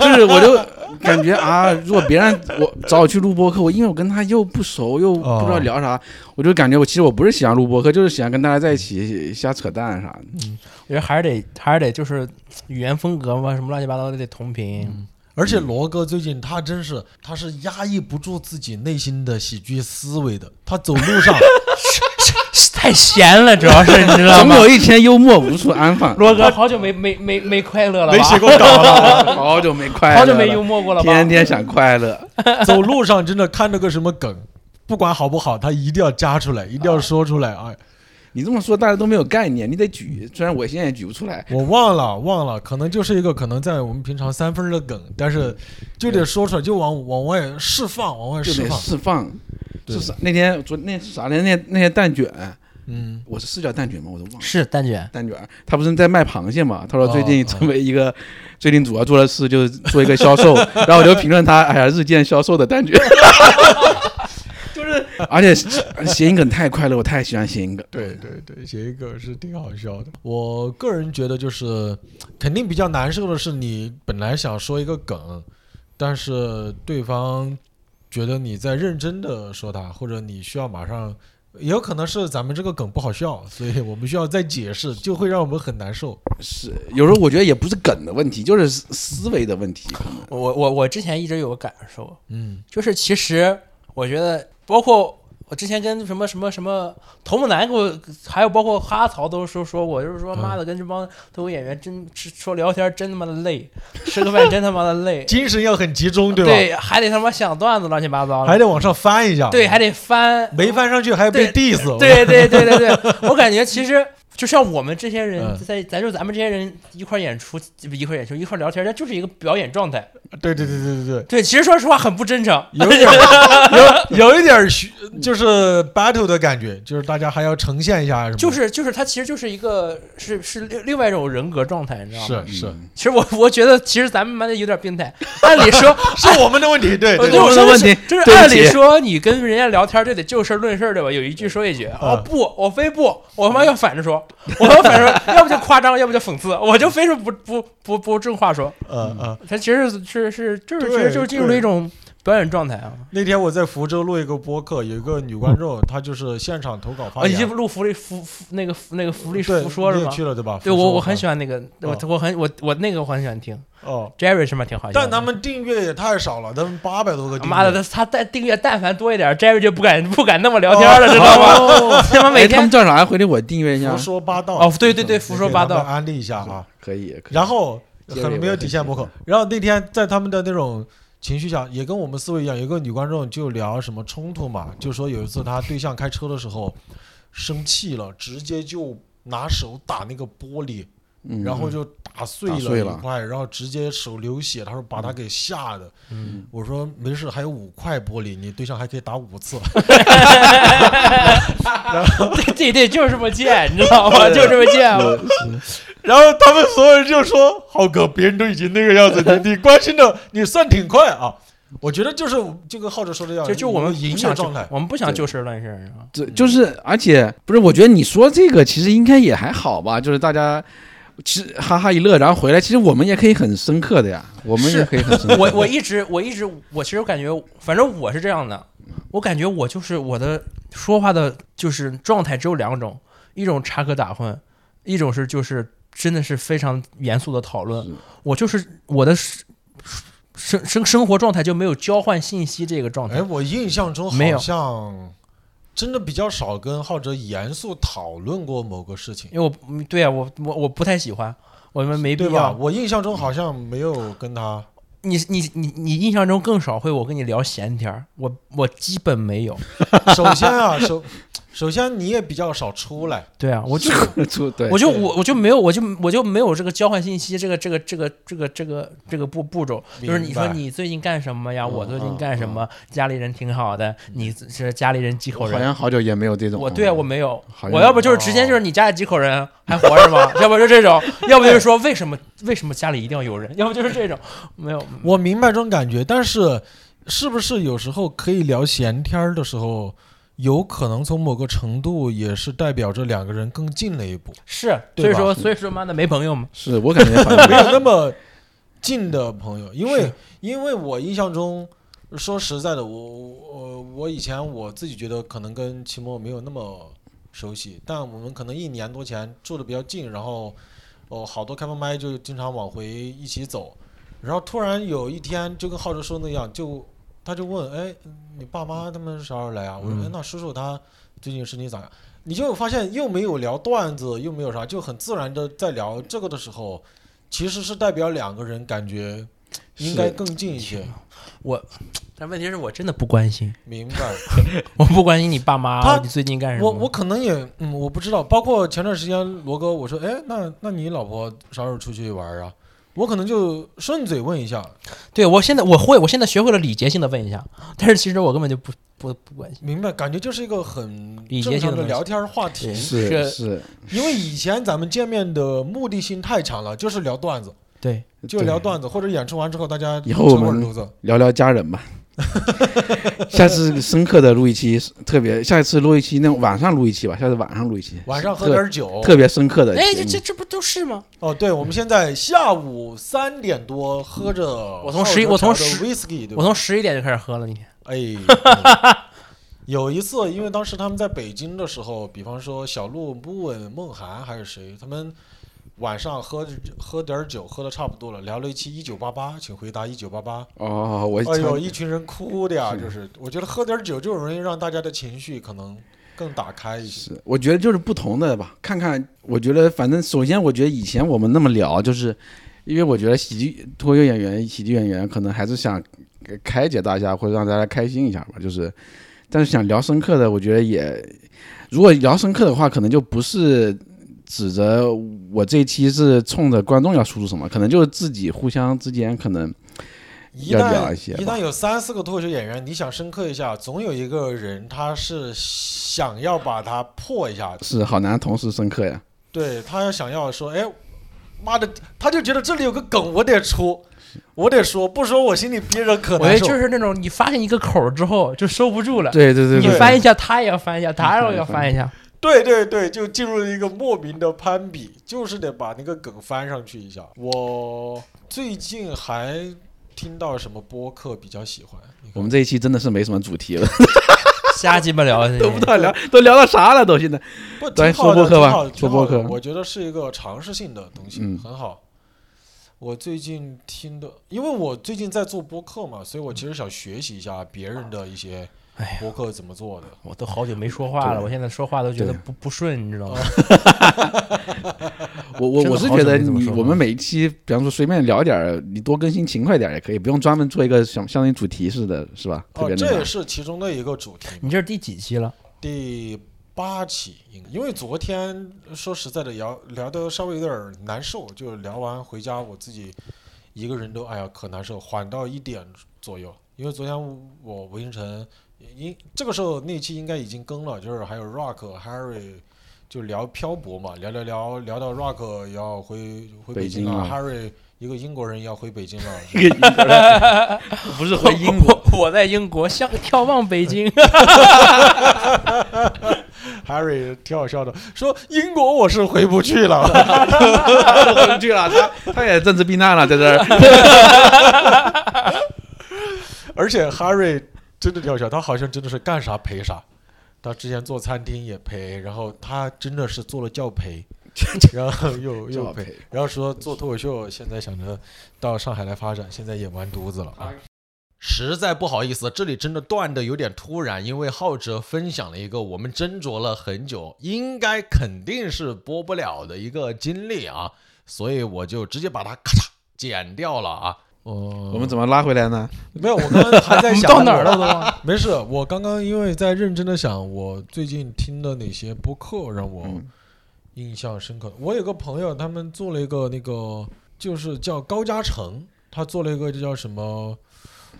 就是我就感觉啊，如果别人我找我去录播客，我因为我跟他又不熟又不
哦
知道聊啥，我就感觉我其实我不是喜欢录播客，就是喜欢跟大家在一起瞎扯淡啥的。
我觉得还是得还是得就是语言风格嘛，什么乱七八糟的得同频。
嗯
而且罗哥最近他真是，他是压抑不住自己内心的喜剧思维的。他 *laughs* 走路上，
*laughs* 太闲了，主要
*laughs*
是你知道
总
吗？
有一天幽默无处安
*laughs*
放。
罗哥好久没没没没快乐了吧？
过稿了，
*laughs* 好久没快乐了，
*laughs* 好久没幽默过了吧？
天天想快乐。
走路上真的看着个什么梗，不管好不好，他一定要加出来，一定要说出来啊！
你这么说，大家都没有概念，你得举，虽然我现在也举不出来。
我忘了，忘了，可能就是一个可能在我们平常三分儿的梗，但是就得说出来，就往往外释放，往外
就
释
得
放。
释放，
对
是啥？那天昨那是啥来？那那些蛋卷，
嗯，
我是是叫蛋卷吗？我都忘了。
是蛋卷，
蛋卷，他不是在卖螃蟹嘛？他说最
哦
近成为一个，最近主要做的事就是做一个销
*laughs*
售，然后我就评论他，哎呀，日渐消瘦的蛋卷，就是， *laughs* 而且谐音梗太快乐，我太喜欢谐音梗。
对对对，写一个是挺好笑的。我个人觉得就是，肯定比较难受的是，你本来想说一个梗，但是对方觉得你在认真的说它，或者你需要马上，也有可能是咱们这个梗不好笑，所以我们需要再解释，就会让我们很难受。
是，有时候我觉得也不是梗的问题，就是思思维的问题。可能
我我我之前一直有个感受，
嗯，
就是其实我觉得，包括我之前跟什么什么什么头目男给我，还有包括哈曹都说说我，就是说
嗯，
妈的，跟这帮脱口演员真是说聊天真他妈的累，吃个饭真他妈的累
精神要很集中， *laughs* 对吧？
对，还得他妈想段子乱七八糟
还
的，
得往上翻一下，
对，还得翻，
没翻上去还被 diss，我
对对对对
*laughs*
对，我感觉其实就像我们这些人
嗯
在，咱就咱们这些人一块儿演出，一块儿演出一块儿聊天，这就是一个表演状态。
对对对对对对。
对，其实说实话很不真诚，
有一
*laughs*
点儿有有一点儿虚就是 battle 的感觉，就是大家还要呈现一下什么的，
就是就是他其实就是一个是是另另外一种人格状态，你知道吗？
是是
嗯
其实我我觉得其实咱们妈的有点病态，按理说。
是我们的问题， *laughs*
*laughs*
对
呃
对
对对
我
就
们
是
的问
是
题
就是
对不
按
起
理说你跟人家聊天就得就事论事，对吧？有一句说一句。哦
嗯
不，我非不，我他妈要反着说，我要反着说，要不就夸张，要不就讽刺，我就非是不不不不正话说。
呃呃，
他其实是是就是
对
其实就是进入了一种表演状态啊。
那天我在福州录一个播客，有一个女观众，她就是现场投稿发
啊，你去
言，
录福利福福那个福那个福利
哎对
福说
你
是
也
吗？
去了对吧？
对
福
我
说
我很
嗯
喜欢那个，我
哦
我很我我那个我很喜欢听
哦，
Jerry 是吗？挺好笑的。
但他们订阅也太少了，他们八百多个订阅，
妈的，他他但订阅但凡多一点，Jerry 就不敢不敢那么聊天了，知道吗？ *laughs*
哦，
他妈每
哎他们嗯
天
叫啥？回头我订阅一下
胡。说八道
哦，，对对对，
也
胡说
给
八
他们
道，
安利一下啊。
可以，可以
然后
结尾
很
我
没有
也
底
很
线
喜
破口
欢。
然后那天在他们的那种情绪下，也跟我们思维一样，有一个女观众就聊什么冲突嘛，就说有一次她对象开车的时候生气了，直接就拿手打那个玻璃，
嗯
然后就打碎
打碎
了
了
一块，然后直接手流血。她说把她给吓的。
嗯
我说没事，还有五块玻璃，你对象还可以打五次。
对对对，就是这么贱，你知道吗？就是这么贱。
我
然后他们所有人就说：“浩哥，别人都已经那个样子，你你关心的你算挺快啊。”我觉得就是就跟浩哲说的一样，
就就我们
赢
不
的
想
状态，
我们不想
对
就事论事，是吧？
这就是，而且不是，我觉得你说这个其实应该也还好吧，就是大家其实哈哈一乐，然后回来，其实我们也可以很深刻的呀，我们
是
也可以
*laughs*
很深刻的。
我我一直我一直我其实感觉，反正我是这样的，我感觉我就是我的说话的，就是状态只有两种，一种插科打诨，一种是就是真的是非常严肃的讨
是
论。我就是我的生生生生活状态就没有交换信息这个状
哎，
态。
我印象中
没
好
有
像真的比较少跟浩哲严肃讨论过某个事情，
因为我嗯对啊，我我我不太喜欢，我们没必
对吧？
要。
我印象中好像没有跟他。
你你你你印象中更少会我跟你聊闲天儿，我我基本没有。
首先啊，首首先你也比较少出来，
对啊，我就
*laughs* 出对，
我就我我就没有我就我就没有这个交换信息这个这个这个这个这个这个步步骤，就是你
明
说
白
你最近干什么呀？
嗯
我最近
嗯
干什么？家里人挺好的，你是家里人几口
我好
人？
像好久也没有这种。嗯
我对啊，我没有
好，像
我要不就是直接就是你家里几口人还活着吗？ *laughs* 要不就这种，要不就是说为什么为什么家里一定要有人？要不就是这种，没有
我明白这种感觉，但是是不是有时候可以聊闲天儿的时候，有可能从某个程度也是代表着两个人更近了一步，
是，所
对
以
吧
说所以说妈的没朋友嘛，
是我感觉好像
没有那么近的朋友，因为
是
因为我印象中。说实在的，我我我以前我自己觉得可能跟秦墨没有那么熟悉，但我们可能一年多前住的比较近，然后哦好多开放麦就经常往回一起走，然后突然有一天就跟浩哲说那样，就他就问，哎，你爸妈他们啥时候来啊？我
嗯
说，哎，那叔叔他最近身体咋样？你就发现又没有聊段子，又没有啥，就很自然的在聊这个的时候，其实是代表两个人感觉应该更近一些，
但问题是我真的不关心，
明白？
我不关心你爸
他
妈，你最近干什么？
我我可能也嗯，我不知道。包括前段时间罗哥，我说，哎，那那你老婆啥时候出去玩儿啊？我可能就顺嘴问一下，
对我现在我会，我现在学会了礼节性的问一下，但是其实我根本就不不不关心。
明白？感觉就是一个很
礼节
正常
性的
的
东西
聊天话题
对。
是
*laughs* 是
是，
因为以前咱们见面的目的性太强了，就是聊段子，
对，
就聊段子，或者演出完之后大家
以后我
吃会儿
们
犊子。
聊聊家
*laughs*
人吧。下次深刻的录一期，特别下一次录一期，那晚上录一期吧，下次晚上录一期，
晚上喝点儿酒，
特别深刻的。嗯
哎，这这这不都是吗？
哦，对，我们现在下午三点多喝着浩
我从
哲
十一我从
调的
十
whisky，对吧
我从十一点就开始喝了，你看，
哎，嗯
*laughs*
有一次，因为当时他们在北京的时候，比方说小鹿、不稳、梦涵还是谁，他们晚上喝喝点儿酒，喝的差不多了，聊了一期《一九八八》，请回答《一九八八》。
哦，我
哎呦，
操
一群人哭的呀，
是
就是我觉得喝点儿酒就容易让大家的情绪可能更打开一些。
是，我觉得就是不同的吧。看看，我觉得反正首先，我觉得以前我们那么聊，就是因为我觉得喜剧脱口秀演员、喜剧演员可能还是想呃开解大家，或者让大家开心一下吧。就是，但是想聊深刻的，我觉得也，如果聊深刻的话，可能就不是指着我这一期是冲着观众要输出什么，可能就是自己互相之间可能
一
要
旦
聊一些吧
一旦有三四个脱口秀演员，你想深刻一下，总有一个人他是想要把它破一下的，
是好难同时深刻呀。
对他要想要说，哎，妈的，他就觉得这里有个梗，我得出，我得说，不说我心里憋着可
我觉得
难受。
就是那种你发现一个口儿之后就收不住了，
对对对
你
对，
翻一下，他也要翻一下，他也要翻一下，
对对对，就进入了一个莫名的攀比，就是得把那个梗翻上去一下。我最近还听到什么播客比较喜欢？你
我
看
们这一期真的是没什么主题了，
瞎鸡巴聊啊，
都不知道聊都聊到啥了，都现在。
不，
咱
挺
说
好的，
播客
挺
吧
好的，挺
说
好
播
的。
客
我觉得是一个尝试性的东西，
嗯
很好。我最近听的，因为我最近在做播客嘛，所以我其实想学习一下别人的一些
哎呀
播客怎么做的。
我都好久没说话了，
对
我现在说话都觉得
对
不不顺，你知道吗？
哦
*laughs* 我我
真的
我是
好
觉
久
得
没这么
你
说
我
话
们每一期，比方说随便聊点儿，你多更新勤快点儿也可以，不用专门做一个相相当于主题似的，是吧？特
哦，
别那
这也
个。
是其中的一个主题嘛。
你这是第几期了？
第八期，应该因为昨天说实在的聊聊的稍微有点儿难受，就聊完回家我自己一个人都哎呀可难受，缓到一点左右。因为昨天我维星辰，因这个时候那期应该已经更了，就是还有 Rock Harry 就聊漂泊嘛，聊聊聊聊到 Rock 要回回
北
北京
京
了
了
，Harry 一个英国人要回北京 *laughs* 了，
*laughs* 不是
我国，我在英国，向眺望北京。
嗯 Harry 挺好笑的，说英国我是回不去了。
回去了，他他也政治避难了，在这
哎
儿。
而且 Harry 真的挺好笑，他好像真的是干啥赔啥。他之前做餐厅也赔，然后他真的是做了教培，然后又
就
又
要
赔，
赔。
然后说做脱口秀，现在想着到上海来发展，现在也完犊子了啊。实在不好意思，这里真的断的有点突然，因为浩哲分享了一个我们斟酌了很久，应该肯定是播不了的一个经历啊，所以我就直接把它咔嚓剪掉了啊。哦
我们怎么拉回来呢？
没有，我刚刚还在想
*laughs* 到哪儿了都忘
没事，我刚刚因为在认真的想，我最近听的哪些播客让我
嗯
印象深刻。我有个朋友，他们做了一个那个，就是叫高嘉诚，他做了一个就叫什么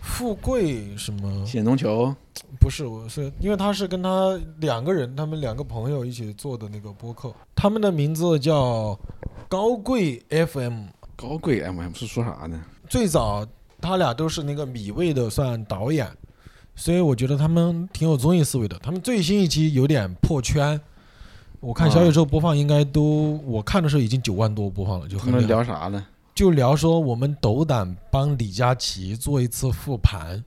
富贵什么，
险中求，
不是，我是因为他是跟他两个人，他们两个朋友一起做的那个播客，他们的名字叫高贵 FM。
高贵 MM 是说啥呢？
最早他俩都是那个米未的算导演，所以我觉得他们挺有综艺思维的。他们最新一期有点破圈，我看小宇宙播放应该都，我看的时候已经九万多播放了，就
他
很
们
厉害
聊啥呢？
就聊说我们斗胆帮李佳琦做一次复盘。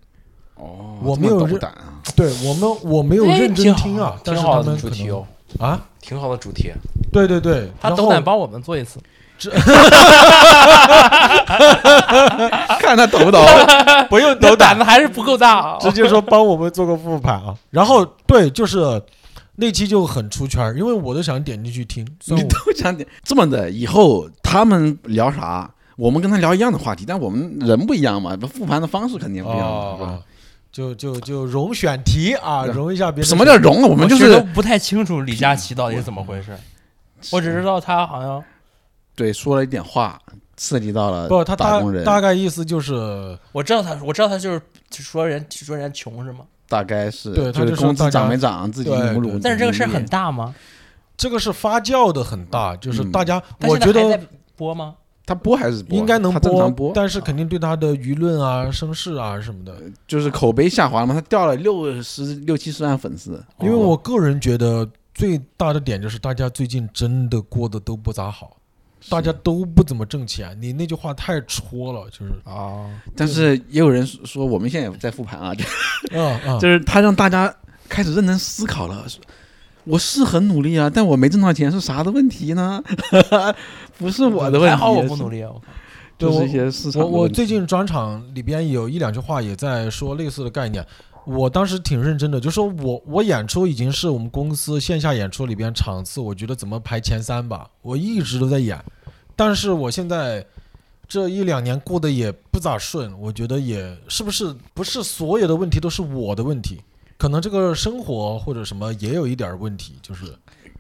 哦，
我
这
没
么
有
斗
认
胆啊！
*laughs*
对我们我没有
哎
认真
挺好
听啊，但
挺
是
好
他
的
们
主
可
题
能
哦，
啊，
挺好的主题。
对对对，
他
然
斗
后
胆帮我们做一次，
啊
看他抖
*laughs*
不抖？
不用
那胆子还是不够大啊。
*laughs* 直接说帮我们做个复盘啊。然后对，就是那期就很出圈儿，因为我都想点进去听。虽
你
然我
都想点这么的，以后他们聊啥，我们跟他聊一样的话题，但我们人不一样嘛，复盘的方式肯定不一样嘛，是吧
哦，就就就容选题啊，
对
容一下别人。
什么叫融啊？我
我
们就
其实
是
都不太清楚李佳琦到底是怎么回事，我只知道他好像
对说了一点话，刺激到了
不？他
打
大
工人，
大概意思就是，
我知道他，我知道他就是就说人就说人家穷是吗？
大概是
对他
就
就是说
工资
大家
涨没涨，自己
对
努不
对
努。
但是这个事儿
努力
很大吗？
这个是发酵的很大，就是
嗯
大家，
他
我
现在
觉
还
得
在播吗？
他播还是播，
应该能
他正常播，啊
但是肯定对他的舆论啊、声势啊什么的。
就是口碑下滑了嘛，他掉了六十六七十万粉丝，
因为我个人觉得最大的点就是大家最近真的过得都不咋好，大家都不怎么挣钱。你那句话太戳了，就是
啊，
但是也有人说说我们现在也在复盘啊，就
嗯
*laughs*
嗯，
就是他让大家开始认真思考了。我是很努力啊，但我没挣到钱是啥的问题呢？ *laughs* 不是我的问题，
还好我不努，力啊，我靠
对
就是
我
一些市场
我
的问题。
我最近专场里边有一两句话也在说类似的概念。我当时挺认真的，就说我我演出已经是我们公司线下演出里边场次，我觉得怎么排前三吧，我一直都在演，但是我现在这一两年过得也不咋顺，我觉得也是不是不是所有的问题都是我的问题，可能这个生活或者什么也有一点儿问题，就是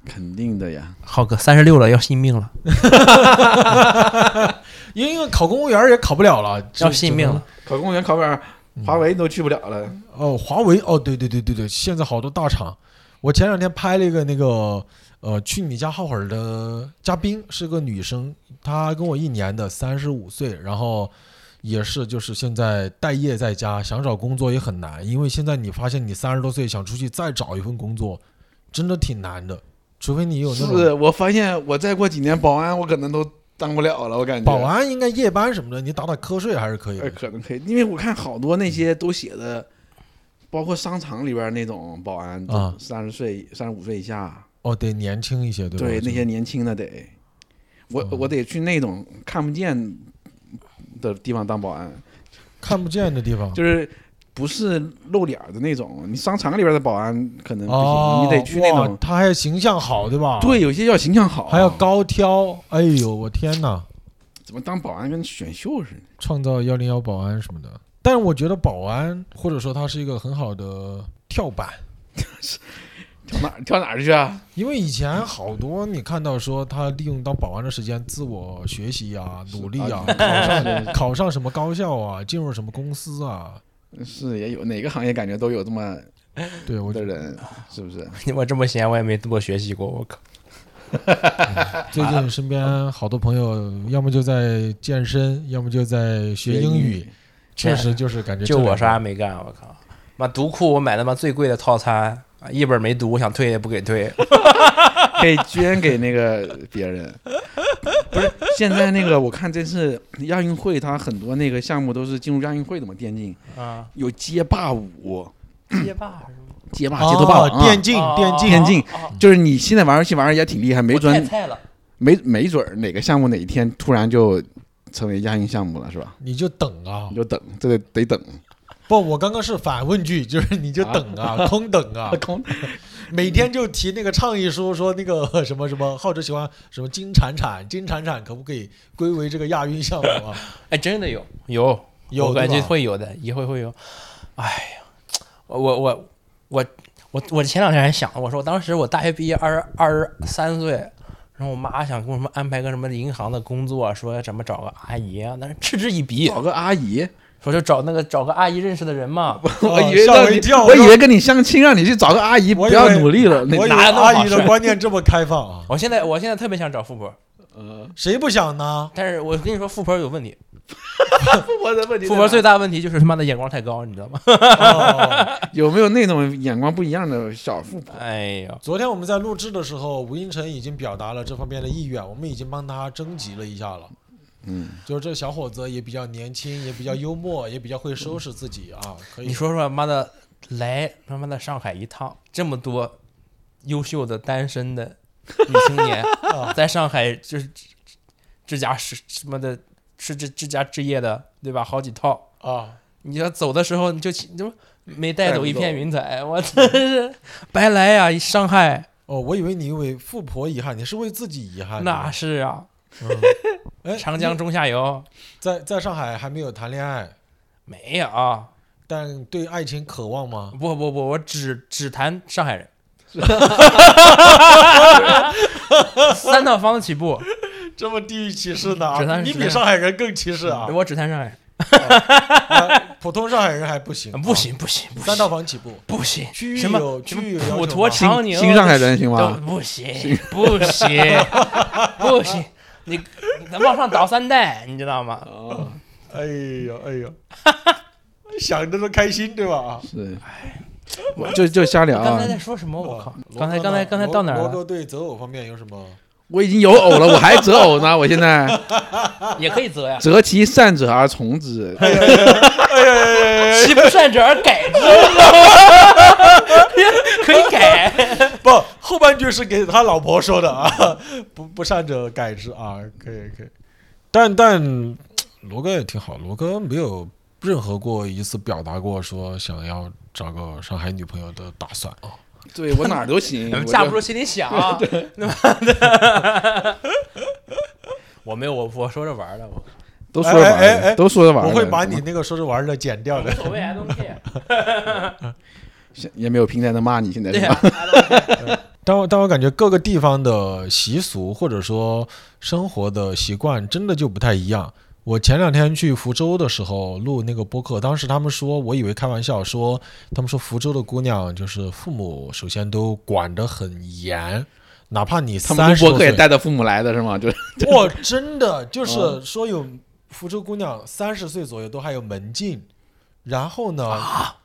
肯定的呀，
浩哥三十六了，要信命了，
因为考公务员儿也考不了了，
要
就
信命了。。
考公务员、考本儿、
嗯
华为都去不了了。
哦，华为哦，对对对对对，现在好多大厂。我前两天拍了一个那个呃，去你家耗会儿的嘉宾是个女生，她跟我一年的，三十五岁，然后也是就是现在待业在家，想找工作也很难，因为现在你发现你三十多岁想出去再找一份工作，真的挺难的，除非你有那种
是我发现我再过几年保安，我可能都当不了了，我感觉
保安应该夜班什么的，你打打瞌睡还是可以
呃
的。
可能可以，因为我看好多那些都写的，包括商场里边那种保安
啊，
三十岁、三十五岁以下，
哦，得年轻一些，对吧？嗯
对那些年轻的得，我我得去那种看不见的地方当保安，
看不见的地方。
就是不是露脸儿的那种。你商场里边的保安可能不
哦
行，，你得去那
哇
种。
他还形象好，对吧？
对，有些要形象好，啊
还要。高挑，哎呦，我天哪！
怎么当保安跟选秀似的？
创造幺零幺保安什么的，但是我觉得保安或者说它是一个很好的跳板，
跳哪儿跳哪儿去啊？
因为以前好多你看到说他利用当保安的时间自我学习啊、努力啊、考上考上什么高校啊、进入什么公司啊，
是也有哪个行业感觉都有这么
对我
的人，是不是？
你 *laughs* 我这么闲，我也没多学习过，我靠。
最近身边好多朋友要么就在健身，要么就在学英语，，确实就是感觉
就
这两
我
个
啥也没干，我靠！妈，读库我买他妈最贵的套餐，啊一本没读，我想退也不给退。
可以捐给那个别人。不是，现在那个我看这次亚运会，它很多那个项目都是进入亚运会的嘛，电竞
*clears throat* 啊，
有街霸舞、
街霸是吗？
街霸、街头霸王
哦
啊、
电竞电竞
竞
哦哦哦
就是你现在玩游戏玩的也挺厉害，没
我太
准
菜了，
没没准儿哪个项目哪一天突然就成为亚运项目了，是吧？
你就等啊
你！就等，这得得等。
不，我刚刚是反问句， *laughs* 就是你就等啊，空等
*laughs*
*laughs*
啊，
空。
*laughs* 每天就提那个倡议书，说那个 *laughs* 什么什么，浩哲喜欢什么金铲铲，金铲铲可不可以归为这个亚运项目啊？
哎，真的有有
有
我感
对
觉
吧
会有的，以后会有。哎呀，我我我我我前两天还想，我说我当时我大学毕业二十二十三岁，然后我妈想给我什么安排个什么银行的工作，说怎么找个阿姨啊，但是嗤之以鼻，
找个阿姨，
说就找那个找个阿姨认识的人嘛。
*laughs* *laughs* 我
啊
以为
吓
让
我一
你
跳，
我以为跟你相亲，让你去找个阿姨，
我
不
以
要
为
努力了。那
我以为
哪 *laughs* 有那么
阿
好
姨
事
的观念这么开放
*laughs*
啊？
我现在我现在特别想找富婆，
啊
*laughs* 谁不想呢？
但是我跟你说富婆有问题，
富婆的问
富婆最大问题就是他妈的眼光太高，你知道吗？
哦
有没有那种眼光不一样的小富婆？
哎呦，
昨天我们在录制的时候，吴英成已经表达了这方面的意愿，我们已经帮他征集了一下了。
嗯，
就是这小伙子也比较年轻，也比较幽默，也比较会收拾自己
*laughs*
啊。可以，
你说说，妈的，来他妈的上海一趟，这么多优秀的单
*laughs*
身的女青年
啊
在上海就是这家是什么的，是这这家置业的，对吧？好几套，
啊，
你要走的时候你就起你就没带
带
走
不
一片
走
云
嗯
彩，我真是白来呀、上海
哦，我以为你为富婆遗憾，你是为自己遗憾。
那是啊， *laughs*
哎，
长江中下游
在在上海还没有谈恋爱，
没有啊。
但对爱情渴望吗？
不不不，我只只谈
*laughs*
上海人。三套房子起步，
这么地域歧视呢、
只能
你
只
比
能 *laughs*
上海人更歧视啊！
我只谈上海人。
啊普通上海人还不行，
嗯
啊
不，行不行不
三
行
套房起步。
不行，
区域
什么
有
什
区域
么
有要
普
求
陀
吗
长宁
新上海人行
都
吗？
不行不行不行，你你咱往上倒三代，你知道
啊
吗？
哎呦哎呦， *laughs* 想着都开心对
*laughs*
吧？
是，
哎
我就就瞎聊
刚
啊
才。在说什么？我靠
啊！
*laughs* 刚才
罗哥呢
刚才刚才到哪儿
罗罗
了？
哥对择偶方面有什么？
我已经有偶了，我还择偶呢。我现
*laughs*
在，
也可以择呀
择其善者而从之，
哎
其不善者而改之， *laughs* 可以改。
不，后半句是给他老婆说的啊， *laughs* 不不善者改之啊，可以可以。但但罗哥也挺好，罗哥没有任何过一次表达过说想要找个上海女朋友的打算啊。
对我哪儿都行。我
架
就
不住心里想， *laughs* 他妈的。我没有，我我说着玩儿的，我
都说着玩
哎哎哎哎
儿，都说着玩儿
我
的。
会把你那个说着玩儿的剪掉的
无。所谓，I don't care。
现也没有平台能骂你，现在
*laughs* 对啊
是
呀
吧？
，I don't care。
但我但我感觉各个地方的习俗或者说生活的习惯真的就不太一样。我前两天去福州的时候录那个播客，当时他们说，我以为开玩笑说，他们说福州的姑娘就是父母首先都管得很严，哪怕你
他们
三
录
十
播客也
岁，
带着父母来的是吗？就是
哇，真的就是
嗯
说有福州姑娘三十岁左右都还有门禁，然后呢？
啊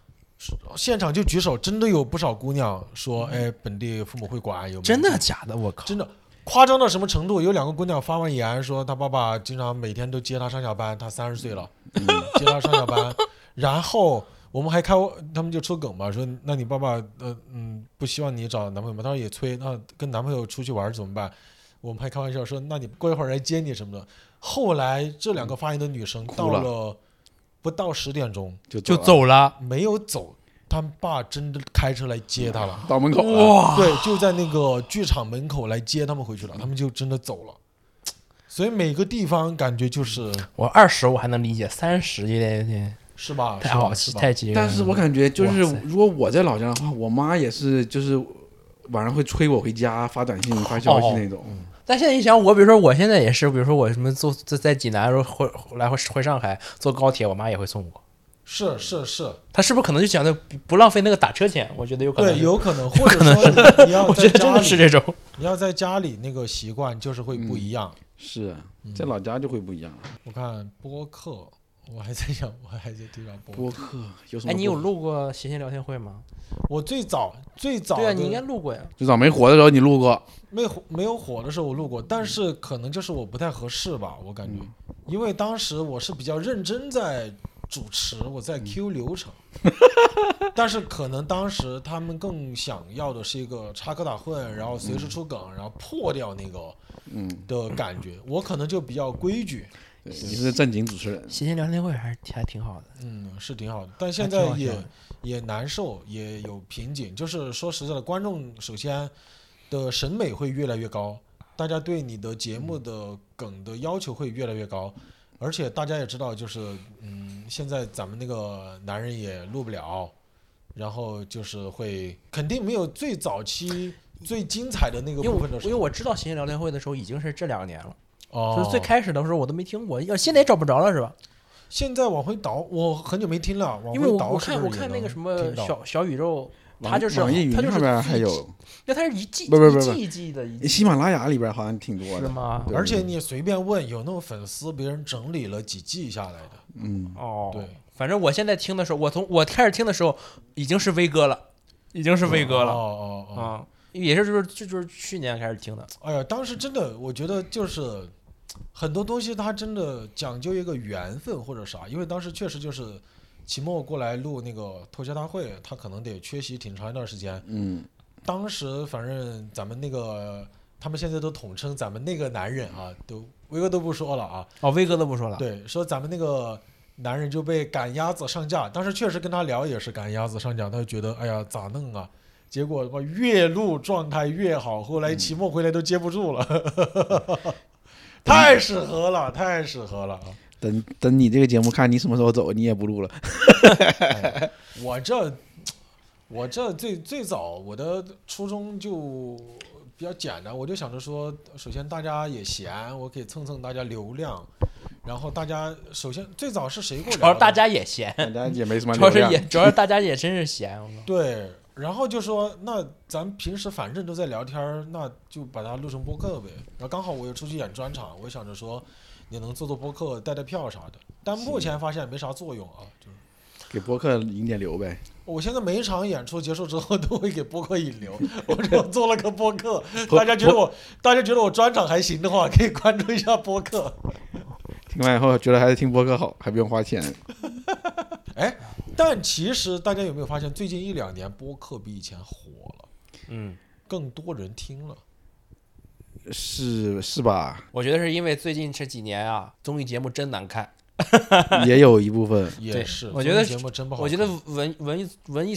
现场就举手，真的有不少姑娘说：“
嗯
哎，本地父母会管，有门
*laughs* 真
禁
的假的？我靠！
真的夸张到什么程度？有两个姑娘发完言说，她爸爸经常每天都接她上下班，她三十岁了，接她上下班。然后我们还开，他们就出梗嘛，说那你爸爸呃嗯不希望你找男朋友吗？她说也催，那跟男朋友出去玩怎么办？我们还开玩笑说，那你过一会儿来接你什么的。后来这两个发言的女生到
哭了
了不到十点钟
就
就
了
走了。
没有走，她爸真的开车来接她了。
到门口了。
哇，
对，就在那个剧场门口来接他们回去了，他们就真的走了。所以每个地方感觉就是
我二十我还能理解，三十有点有点
是吧？
太
是吧
好
是
奇
吧？
太急人了。嗯
但是我感觉就是
哇塞，
如果我在老家的话，我妈也是，就是晚上会催我回家，发短信、发消
哦
息那种。
但现在一想，我比如说我现在也是，比如说我什么坐在在济南，然后回回来回回上海坐高铁，我妈也会送我。
是是是，
她是不是可能就想着不不浪费那个打车钱？我觉得有可能。
对，
*laughs*
有可能，或者说你要
我
在
觉得真
家
的是
里，
这种。
你要在家里那个习惯就是会不一样。
嗯
是啊在老家就会不一样。
我看播客，我还在想，我还在听上播客。
播客有什么？
哎，你有？录过谐星聊天会吗？
我最早最早
对啊，
的
你应该录过呀。
最早没火的时候你录过，
没火没有火的时候我录过，但是可能就是我不太合适吧，我感觉，因为当时我是比较认真在主持，我在 Q 流程，但是可能当时他们更想要的是一个插科打诨，然后随时出梗，然后破掉那个
嗯，
的感觉。我可能就比较规矩，
对你是正经主持人，
谐星聊天会还是还挺好的。
嗯，是挺好的。但现
还
在
挺好笑
也
的
也难受，也有瓶颈。就是说实在的，观众首先的审美会越来越高，大家对你的节
嗯
目的梗的要求会越来越高。而且大家也知道，就是嗯，现在咱们那个男人也录不了，然后就是会肯定没有最早期最精彩的那个
因为
部
我
分的时
因
候。
为我知道谐星聊天会的时候已经是这两年了，
哦，
就是最开始的时候我都没听过，要现在也找不着了是吧？
现在往回倒，我很久没听了。往
因为
回
我
倒
我
哦是不是
看我
也
看那
能
个什么
听到
小小宇宙，
网
他就是哦
网易云
他就是
上面还
自己
有，
那它是一季
不不不
一
不
季一季的一季
喜马拉雅里边好像挺多
是啊
的，
吗？
对
而且你随便问，有那种粉丝别人整理了几季下来的，
嗯，
哦，
对，
反正我现在听的时候，我从我开始听的时候已经是威哥了，已经是威哥了
哦哦哦，
啊，也是就是这就是去年开始听的，
哎呀，当时真的，我觉得就是很多东西它真的讲究一个缘分或者啥，因为当时确实就是期末过来录那个脱节大会，他可能得缺席挺长一段时间。
嗯，
当时反正咱们那个他们现在都统称咱们那个男人啊，都威哥都不说了啊，
哦，威哥都不说了，
对，说咱们那个男人就被赶鸭子上架，当时确实跟他聊也是赶鸭子上架，他就觉得哎呀咋弄啊？结果他妈越录状态越好，后
嗯
来期末回来都接不住了， *laughs* 太适合了，太适合了啊！
等等你这个节目看你什么时候走，你也不录
*laughs*
了，
我这我这最最早我的初衷就比较简单，我就想着说，首先大家也闲，我可以蹭蹭大家流量，然后大家首先最早是谁给我
*laughs* 主要
聊
是
的？
哦大家也闲，
大家也没什么
主要
流
是
量
也，主要是大家也真是闲，我操
对，然后就说那咱平时反正都在聊天儿，那就把它录成播客呗。然后刚好我又出去演专场，我想着说也能做做播客，带带票啥的。但目前发现没啥作用啊，就是
给播客引点流呗，
我现在每一场演出结束之后 *laughs* 都会给播客引流。我说我做了个播
*laughs*
客，大家觉得我大家觉得我专场还行的话，可以关注一下播客。
听完以后觉得还是听播客好，还不用花钱，
但其实大家有没有发现，最近一两年播客比以前火了，
嗯，
更多人听了。
是是吧？
我觉得是因为最近这几年啊，综艺节目真难看，
也有一部分，
也
对
是，
我觉
综
得
艺节目真不好看。
我觉得文文艺文艺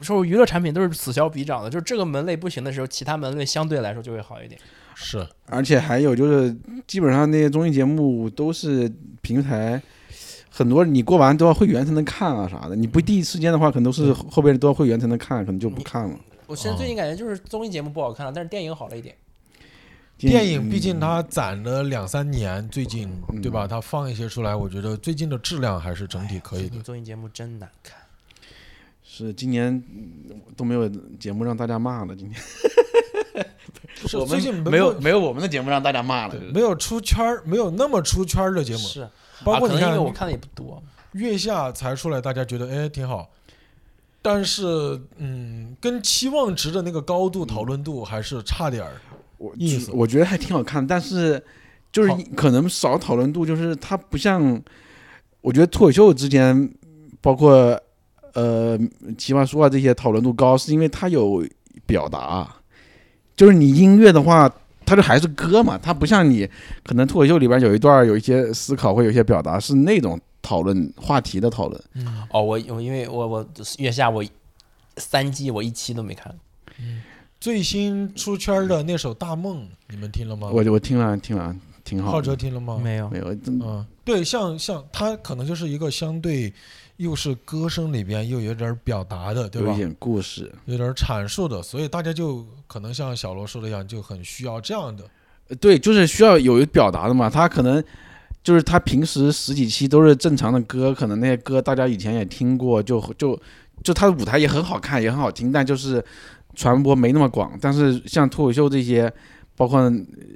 受娱乐产品都是此消彼长的，就是这个门类不行的时候，其他门类相对来说就会好一点。
是，
而且还有就是，基本上那些综艺节目都是平台。很多你过完都要会员才能看啊啥的，你不第一时间的话，可能都是后边都要会员才能看，可能就
嗯
不看了。
我现在最近感觉就是综艺节目不好看了，但是电影好了一点。
电影毕
嗯
竟它攒了两三年，最近对吧？它放一些出来，我觉得最近的质量还是整体可以的。
综艺节目真难看。
是今年嗯都没有节目让大家骂了，今天
是最近
没有没有我们的节目让大家骂了。
没有出圈儿，没有那么出圈儿的节目，
是，
包括
啊、
你
可能因
看
为我看的也不多。
月下才出来，大家觉得哎挺好，但是嗯，跟期望值的那个高度讨论度还是差点儿。
我
意思
我觉得还挺好看，但是就是
好
可能少讨论度，就是它不像，我觉得脱口秀之间，包括呃奇葩说啊这些讨论度高，是因为它有表达，就是你音乐的话。它就还是歌嘛，它不像你可能脱口秀里边有一段儿有一些思考或有一些表达是那种讨论话题的讨论，
嗯，
哦，我我因为我我月下我三季我一期都没看，
最新出圈儿的那首《大梦》，你们听了吗？
我我嗯听了听了挺好
浩哲
的，
听了吗？
没有
没有，
嗯，对，像像他可能就是一个相对，又是歌声里边又有点表达的，对
有
吧
一？点故事。
有点阐述的，所以大家就可能像小罗说的一样，就很需要这样的。
呃对，就是需要有一表达的嘛。他可能就是他平时十几期都是正常的歌，可能那些歌大家以前也听过，就就就他的舞台也很好看，也很好听，但就是传播没那么广。但是像脱口秀这些，包括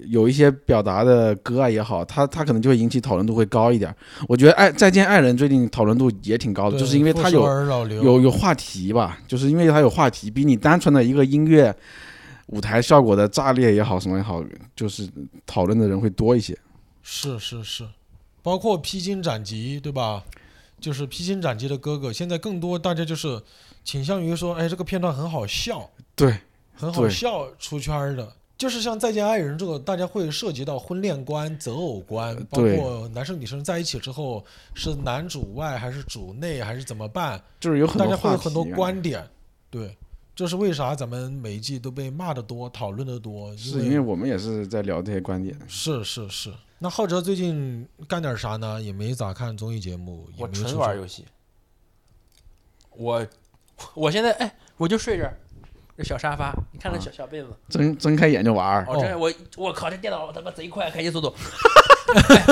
有一些表达的歌啊也好，他他可能就会引起讨论度会高一点。我觉得爱《再见爱人》最近讨论度也挺高的，
对
哦就是因为
傅
他
首
有
尔老刘 *laughs*
有有话题吧，就是因为它有话题，比你单纯的一个音乐舞台效果的炸裂也好，什么也好，就是讨论的人会多一些。
是是是，包括披荆斩棘，对吧？就是披荆斩棘的哥哥，现在更多大家就是倾向于说，哎，这个片段很好笑，
对，
很好
对
笑出圈儿的。就是像《再见爱人》这种，大家会涉及到婚恋观、择偶观，包
对
括男生女生在一起之后是男主外还是主内还是怎么办，
就是有很
大
多
家会有
话
很多
题啊
观点。对，这是为啥咱们每一季都被骂的多、讨论的多？
是因为我们也是在聊这些观点。
是是是。那浩哲最近干点啥呢？也没咋看综艺节目，也
我
没出
纯
去
玩游戏。我我现在哎，我就睡这儿，这小沙发，
嗯
你看这小小被子，
睁睁开眼就玩 *laughs* 儿，
哦，这我我靠，这电脑他妈贼快，开机速度。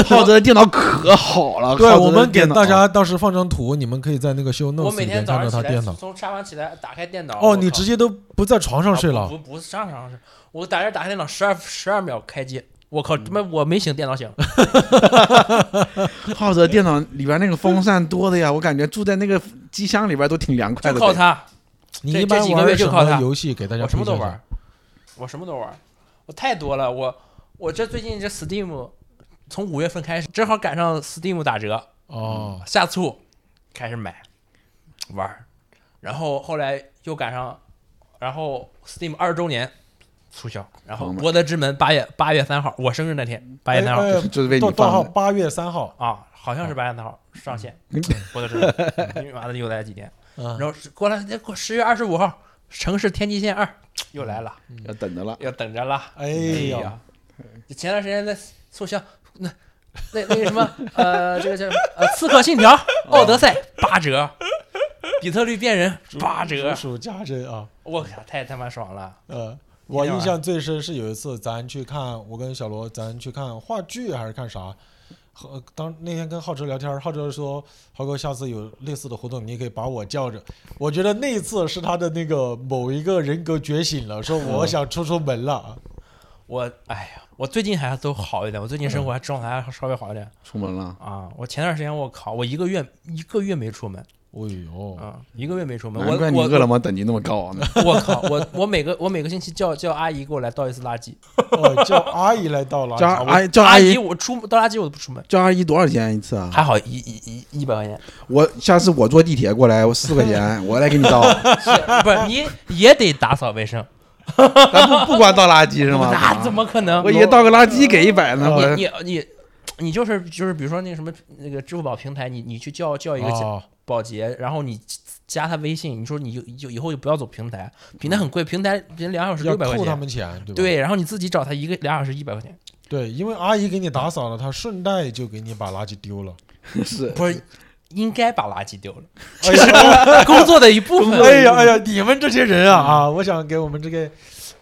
浩哲的电脑可好
*laughs*
了。
对，
浩哲
我
的
们给
电脑啊
大家到时放张图，你们可以在那个 show
我
notes
每
里面
天早
看
上
到
起
他
来
电脑。
从沙发起来，打开电脑。
哦，
我
你
靠
直接都不在床上睡
啊
了。
不不不是上上是，我打这打开电脑十二十二秒开机，我靠，他妈
嗯
我没醒，
*laughs*
电脑醒。
浩哲电脑里边那个风扇多的呀，我感觉住在那个机箱里边都挺凉快
就
的。
靠它，
你
这
一般
这几个
玩
月
什
就靠
么
它
游戏？给大家
我什么
推
都
荐一下
玩儿，我什么都玩儿，我太多了。我我这最近这 Steam 从五月份开始，正好赶上 Steam 打折
哦，
下促，开始买玩儿，然后后来又赶上，然后 Steam 二周年促销，然
朋
后《
友们
博德之门》八月八月三号，我生日那天，八
哎
月三号
哎
就是为你
到到号
放的。
八月三号，
啊，好像是八月三号上线，
嗯
《博德之门》 *laughs* 因为完了又来几天。
嗯
然，后是过来，过十月二十五号，城市天际线二又来了，
要等着了，
要等着了。
哎
哎
呀，
呀，前段时间在促销那那那个什么呃，这个叫呃《刺客信条》《
嗯
奥德赛》八折，《比特律变人》
嗯
八折，
属家珍啊，
我靠，太他妈爽了！
呃。我印象最深是有一次，咱去看，我跟小罗，咱去看话剧还是看啥？和当那天跟浩哲聊天，浩哲说：“浩哥，下次有类似的活动，你也可以把我叫着。”我觉得那一次是他的那个某一个人格觉醒了，说
嗯
我想出出门了。
我哎呀，我最近还都好一点，我最近生活
嗯
还状态还稍微好一点
出门了。
啊。我前段时间我靠，我一个月一个月没出门
哦呦，
啊，一个月没出门，我
嗯难怪你
我
饿了么等级那么高啊呢。
我靠，我我每个我每个星期叫叫阿姨给我来倒一次垃圾。
哦，叫阿姨来倒垃圾，
叫
我
阿姨叫
阿
阿姨
我出倒垃圾我都不出门，
叫阿姨多少钱一次啊？
还好一一一一百块钱，
我下次我坐地铁过来，我四块
*laughs*
钱，我来给你倒。
是不是你也得打扫卫生，
咱不不光倒垃圾是
啊
吗？
*laughs* 那怎么可能
我？以为倒个垃圾给一百呢。我
你你你你就是就是比如说那个什么那个支付宝平台，你你去叫叫一个
哦
保洁，然后你加他微信，你说你就就以后就不要走平台，平台很贵，平台人两小时
要
六百块
扣他
钱，
们钱，对吧？
对，然后你自己找他一个俩小时一百块钱，
对因为阿姨给你打扫了，她顺带就给你把垃圾丢了。
是
不是应该把垃圾丢了，
*laughs* 哎呀，
工作的一部分。
哎呀，哎呀，你们这些人啊啊！我想给我们这个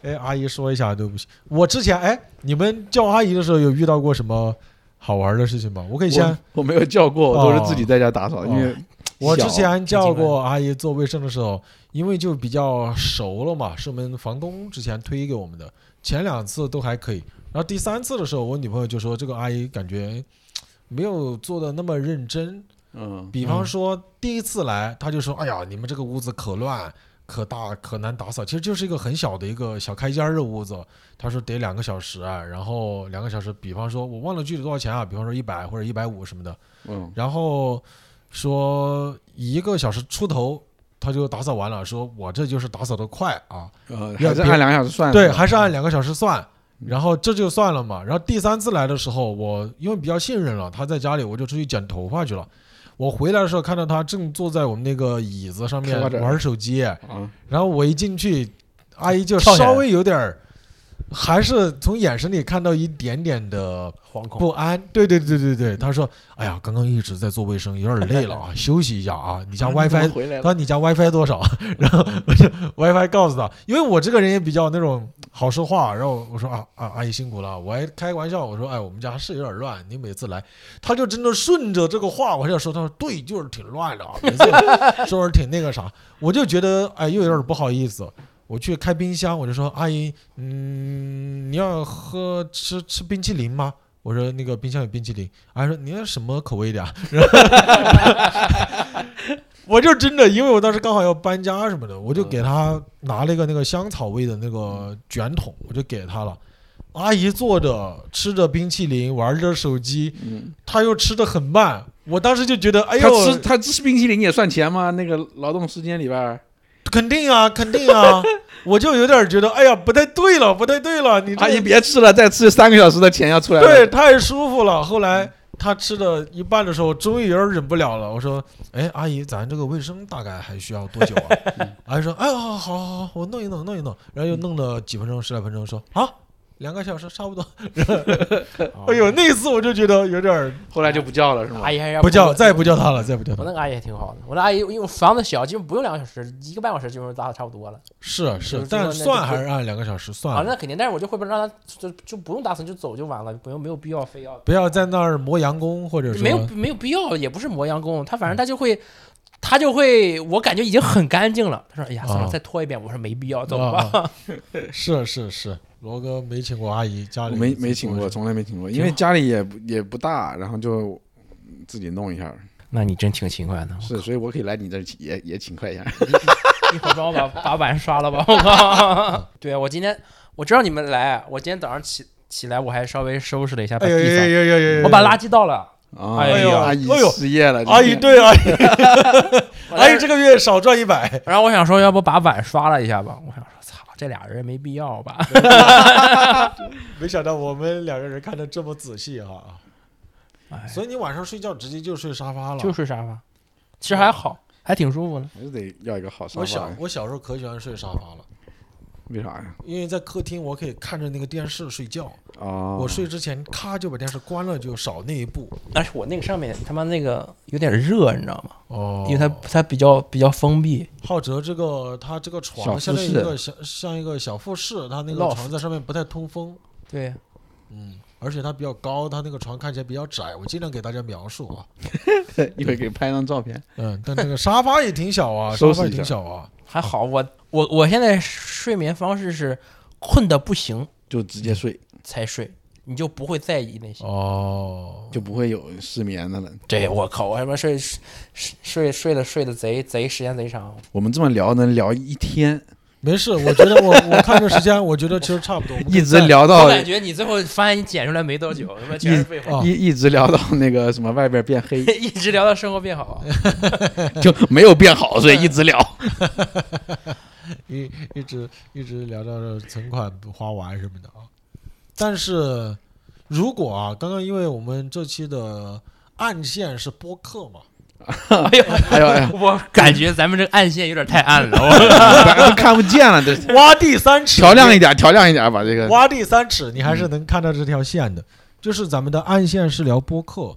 哎阿姨说一下，对不起，我之前哎，你们叫阿姨的时候有遇到过什么好玩的事情吗？我可以先
我，我没有叫过，我都是自己在家打扫，
哦
因为
我之
小
前叫过阿姨做卫生的时候，因为就比较熟了嘛，是我们房东之前推给我们的，前两次都还可以，然后第三次的时候，我女朋友就说这个阿姨感觉没有做的那么认真，
嗯
比方说第一次来，他就说：“哎呀，你们这个屋子可乱、可大、可难打扫。”其实就是一个很小的一个小开间儿的屋子。他说得两个小时啊，然后两个小时，比方说我忘了具体多少钱啊，比方说一百或者一百五什么的。
嗯，
然后说一个小时出头，他就打扫完了，说我这就是打扫的快啊，
呃，
要
还是
别
按两个嗯小时算。
对，还是按两个小时算。然后这就算了嘛。然后第三次来的时候，我因为比较信任了，他在家里，我就出去剪头发去了。我回来的时候看到他正坐在我们那个椅子上面
嗑瓜子儿
玩手机，
啊，
然后我一进去，阿姨就
跳下来
稍微有点儿，还是从眼神里看到一点点的
惶恐
不安。对对对对对，他说：“哎呀，刚刚一直在做卫生，有点累了
*laughs*
啊，休息一下啊。你家
嗯
啊怎么
WiFi
回来
他
了。
说你家 WiFi 多少？然后我就 WiFi 告诉他，因为我这个人也比较那种好说话，然后我说啊啊，阿姨辛苦了，我还开玩笑，我说哎，我们家是有点乱，你每次来，他就真的顺着这个话往下说，他说对，就是挺乱的啊，每次说是挺那个啥，我就觉得哎，又有点不好意思。我去开冰箱，我就说阿姨，嗯，你要喝吃吃冰淇淋吗？我说那个冰箱有冰淇淋，阿姨说你要什么口味的、啊？然后 *laughs* 我就真的，因为我当时刚好要搬家什么的，我就给他拿了一个那个香草味的那个卷筒，我就给他了。阿姨坐着吃着冰淇淋，玩着手机，她又吃的很慢，我当时就觉得，哎
他吃
呦，
他吃冰淇淋也算钱吗？那个劳动时间里边儿，
肯定啊，肯定啊， *laughs* 我就有点觉得，哎呀，不太对了，不太对了，你
阿
这
姨别吃了，再吃三个小时的钱要出来了。
对，太舒服了。后来他吃的一半的时候，终于有点忍不了了。我说：“哎，阿姨，咱这个卫生大概还需要多久啊？” *laughs* 阿姨说：“哎，好好好好，我弄一弄，弄一弄。”然后又弄了几分钟，十来分钟，说：“啊，两个小时差不多。
哦”
哎呦，那一次我就觉得有点儿
后来就不叫了是吗
哎
阿？姨还是要
不叫，再也不叫他了，再也不叫他
我
了。
那个阿姨也挺好的，我那阿姨因为我房子小，基本不用两个小时，一个半小时基本上打的差不多了。
是啊是
就
啊
是，
但
说那
算
就
还是按两个小时算
啊，
了。
那肯定，但是我就会不让她就就不用打扫就走就完了，不用没有必要非要
不要在那儿磨洋工，或者说嗯
没有没有必要，也不是磨洋工，他反正他就会。他就会，我感觉已经很干净了。他说：“哎呀，算了，
啊
再拖一遍。”我说：“没必要，走吧。 *laughs*
啊，啊是是是，罗哥没请过阿姨，家
我
里
没
自己
没请
做
过，
是吧
从来没请过，
挺
因为
好
家里也不也不大，然后就自己弄一下儿。
那你真挺勤快的。
是，所以我可以来你这儿请也也勤快一下。
*laughs* 一会儿帮我把把碗刷了吧，我靠！ *laughs* 对啊我今天我知道你们来，我今天早上起起来我还稍微收拾了一下把
哎
地
呦
方，
呦呦呦呦！
我把垃圾倒了。
啊
哎呦
阿姨
哎呦
失业了，
阿姨
今天，
对
*laughs*
阿姨，
我
阿
当
姨
时
这个月少赚一百，
然后我想说，要不把碗刷了一下吧？我想说，操，这俩人没必要吧？
没想到我们两个人看的这么仔细哈、
哎
所以你晚上睡觉直接就睡沙发了。
就睡沙发，其实还好，还挺舒服的。
还是得要一个好沙
我小
发。
我小时候可喜欢睡沙发了，
为啥呀？
因为在客厅我可以看着那个电视睡觉。
啊，
我睡之前咔就把电视关了，就少那一步。
但是我那个上面他妈那个有点热，你知道吗？
哦
因为它它比较比较封闭，
浩哲这个他这个
小
床
复
像一
式
个像像一个小复式，他那个
Loft
床在上面不太通风。
对，
嗯，而且它比较高，它那个床看起来比较窄，我尽量给大家描述啊。
*laughs* 一会儿给拍张照片。
嗯，但这个沙发也挺
*laughs*
小啊，沙
收拾
发也
一
挺
下
小啊。
还好。我我我现在睡眠方式是困的不行
*laughs* 就直接睡，
才睡，你就不会在意那些。
哦，
就不会有失眠的了。
对，我靠，我他妈睡睡睡睡的睡的贼贼时间贼长，啊
我们这么聊能聊一天，
没事，我觉得我我看这时间，我觉得其实差不
*laughs*
多。我们可以
一直
再
聊到
我感觉你最后发现你剪出来没多久，他妈全是废话，，
啊
一一直聊到那个什么外边变黑 *laughs*
*laughs* 一直聊到生活变 *laughs* 好。啊
就没有变好，所以一直聊。
一一直一直聊到存款不花完什么的啊。但是如果啊，刚刚因为我们这期的暗线是播客嘛，
哎呦，
*laughs* 哎呦哎呦，
我 *laughs* 感觉咱们这个暗线有点太暗了。我 *laughs*
反正都看不见了，这
*laughs* 挖地三尺，
调亮一点，调亮一点，把这个
挖地三尺，你还是能看到这条线的。就是咱们的暗线是聊播客，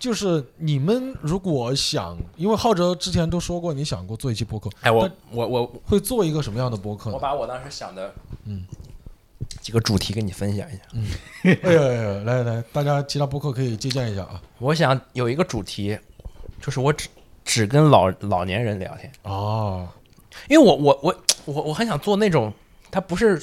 就是你们如果想，因为浩哲之前都说过，你想过做一期播客，
哎，我
但
我我
会做一个什么样的播客
我
呢？
把我当时想的，
嗯，
几个主题跟你分享一下。
*laughs* 哎呀哎呀，来来，大家其他播客可以借鉴一下啊。
我想有一个主题，就是我只只跟老老年人聊天，
哦，
因为我我我我我很想做那种，他不是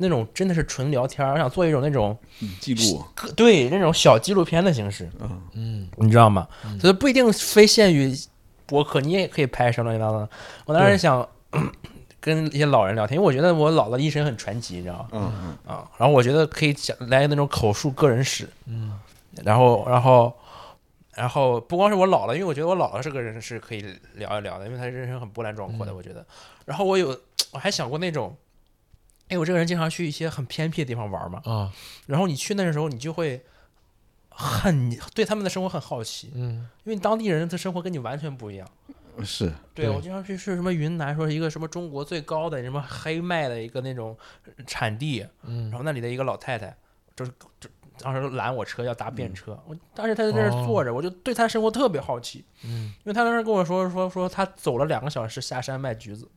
那种真的是纯聊天儿，我想做一种那种
嗯记录。
个对那种小纪录片的形式，
嗯，
你知道吗？所以不一定非限于博客，你也可以拍什么乱七八糟的。我当时想 *clears throat* 跟一些老人聊天，因为我觉得我姥姥一生很传奇，你知道吗？
嗯，嗯
啊，然后我觉得可以讲来那种口述个人史，嗯，然后然后然后不光是我姥姥，因为我觉得我姥姥这个人是可以聊一聊的，因为她人生很波澜壮阔
嗯
的，我觉得。然后我有我还想过那种，哎，我这个人经常去一些很偏僻的地方玩嘛，
啊，
然后你去那的时候，你就会很对他们的生活很好奇，
嗯，
因为当地人的生活跟你完全不一样。
是
对
对
我经常去是什么云南，说一个什么中国最高的什么黑麦的一个那种产地，
嗯
然后那里的一个老太太，就是就当时拦我车要搭便车，我当时她在那儿
哦
坐着，我就对她生活特别好奇，
嗯，
因为她当时跟我说说说她走了两个小时下山卖橘子，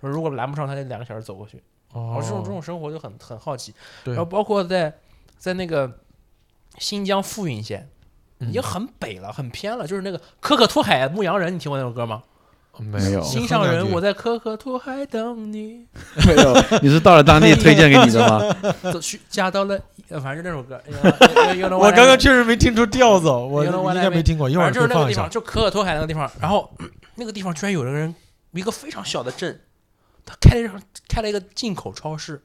说如果拦不上她，就两个小时走过去。
哦
我这种这种生活就很很好奇，
对
然后包括在在那个新疆富蕴县。已
嗯
经很北了，很偏了，就是那个可可托海牧羊人，你听过那首歌吗？
没
没有
心上
*laughs*
人，我在可可托海等你。 *laughs*
没有，哎你是到了 *laughs* 当地推荐给你的吗？
走去加到了，呃反正就那首歌。You
*laughs*
哎 know- you know
我
what I
刚刚
mean
确实没听出调子，我
原来我
应
来
该没听过，一会儿
反
可
正就是
以
那个
放一
地
下
方，。就可可托海那个地方。然后嗯那个地方居然有个人，一个非常小的镇，他开了一个开了一个进口超市，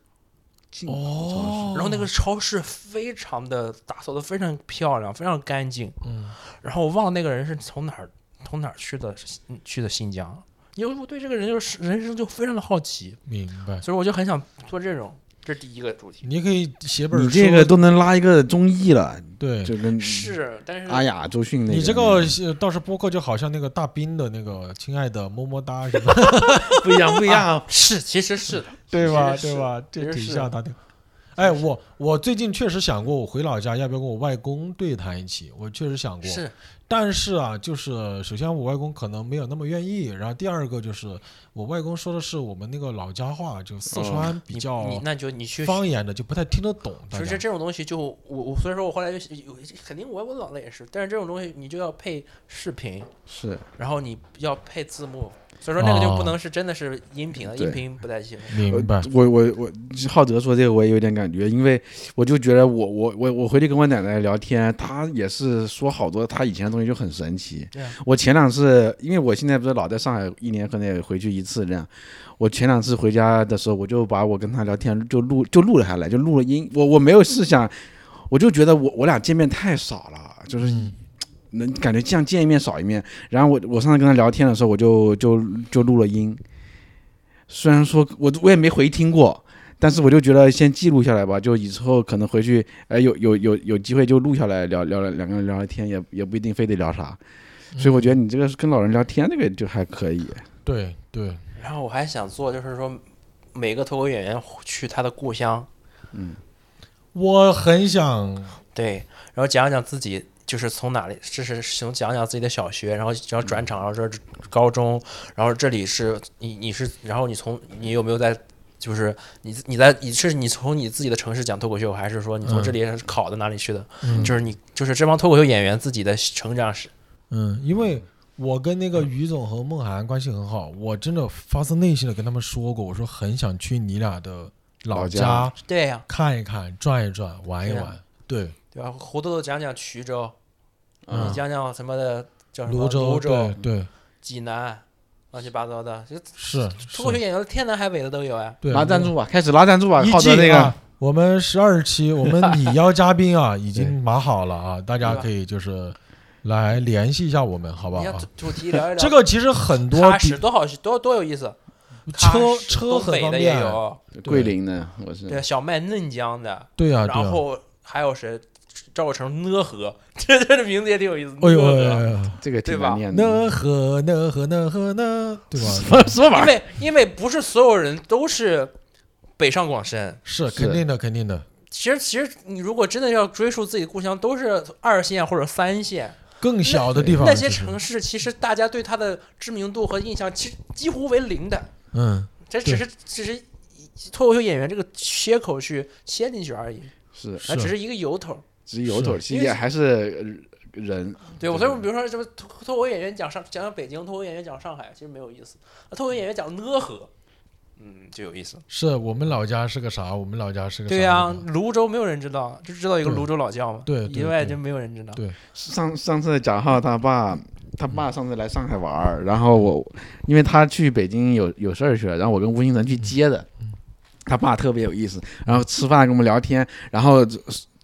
净。哦
然后那个超市非常的打扫的非常漂亮，非常干净。
嗯，
然后我忘了那个人是从哪儿从哪儿去的嗯去的新疆，因为我对这个人就是人生就非常的好奇，
明白。
所以我就很想做这种。这是第一个主题，
你可以写本
你
书，
这个都能拉一个综艺了，
对，
就跟
是，但是
哎
阿雅、周迅那个。
你这个是倒是播客就好像那个大兵的那个亲爱的么么哒什么，
*laughs* 不一样，不一样。
是，其实是的，
*laughs* 对吧？
是是
对吧？
其
这
实
挺
是
像他的。哎，我我最近确实想过，我回老家要不要跟我外公对谈一期？我确实想过，
是
但是啊，就是首先我外公可能没有那么愿意，然后第二个就是我外公说的是我们那个老家话，就
哦
四川比
你
较
你那就你去
方言的，就不太听得懂。
其
大
实
家
这种东西就我我所以说我后来就有肯定我我老了也是，但是这种东西你就要配视频，
是
然后你要配字幕，所以说那个就不
哦
能是真的是音频了，
对
音频不太行。
明白？
我我我，浩哲说这个我也有点感觉，因为我就觉得我我我我回去跟我奶奶聊天，她也是说好多她以前的东西就很神奇。
对啊
我前两次，因为我现在不是老在上海，一年可能也回去一次这样。我前两次回家的时候，我就把我跟她聊天就录就录了下来，就录了音。我我没有试想，我就觉得我我俩见面太少了，就是
嗯
能感觉像见一面少一面。然后我我上次跟他聊天的时候，我就就就录了音，虽然说我我也没回听过，但是我就觉得先记录下来吧，就以后可能回去，哎，有有有有机会就录下来聊聊两个人聊聊天，也也不一定非得聊啥。所以我觉得你这个跟老人聊天这个就还可以，
对对，
然后我还想做，就是说每个脱口演员去他的故乡，
我很想
对，然后讲一讲自己就是从哪里，这是从讲讲自己的小学，然后然后
嗯
转场，然后这是高中，然后这里是你你是，然后你从你有没有在就是你自你在你是你从你自己的城市讲脱口秀，还是说你从这里考的哪里去的？
嗯
就是你就是这帮脱口秀演员自己的成长史。
嗯，因为我跟那个于总和梦涵关系很好，我真的发自内心的跟他们说过，我说很想去你俩的老
老家
家
对呀、
看一看、转一转、玩一
对啊
玩。对，
对吧？胡豆豆讲讲衢州，
嗯
你讲讲什么的叫什么
泸州，
啊泸
对
州、
对
济南，乱七八糟的，这
是
脱口秀
是，
演员天南海北的都有哎。
对
拉赞助吧，开始拉赞助吧，
一
浩
季
哲那个
啊。我们十二期，我们拟邀嘉宾啊，已经码好了啊，大家
对吧
可以就是来联系一下我们，好不好
你要
啊？
主题聊
*laughs*
一聊，
这个其实很多
喀
比
什多好，多多有意思。
车
喀什
车
东
很
北
方
的也
便，
有，
桂林的，我是
对，小麦嫩江的，
对啊，对啊
然。后还有谁？赵又成讷河， *laughs* 这这名字也挺有意思。讷
哎呦哎呦，哎
河，
呦
这个挺
对吧
难念的， *laughs*
那和那和那和那，对吧？
什么玩意儿？
因为因为不是所有人都是北上广深，
是
是
肯定的，肯定的，
其实其实你如果真的要追溯自己的故乡，都是二线或者三线
更小的地方
那些
其实
城市，其实大家对它的知名度和印象其实几乎为零的，
嗯，
这只是只是脱口秀演员这个切口去切进去而已。
是
那
是
只是一个由头。
只有头，其实也还是呃人。
对，我
对
所以我比如说什么脱脱口演员讲上讲讲北京，脱口演员讲上海，其实没有意思。那脱口演员讲讷河，嗯，就有意思。
是我们老家是个啥？我们老家是个啥
对呀、
地方
泸州没有人知道，就知道一个
对
泙州老窖嘛。
对对
以外
对
就没有人知道。
对
上上次贾浩他爸，他爸上次来上海玩儿，然后我因为他去北京有有事儿去了，然后我跟吴星辰去接的，他爸特别有意思，然后吃饭跟我们聊天，然后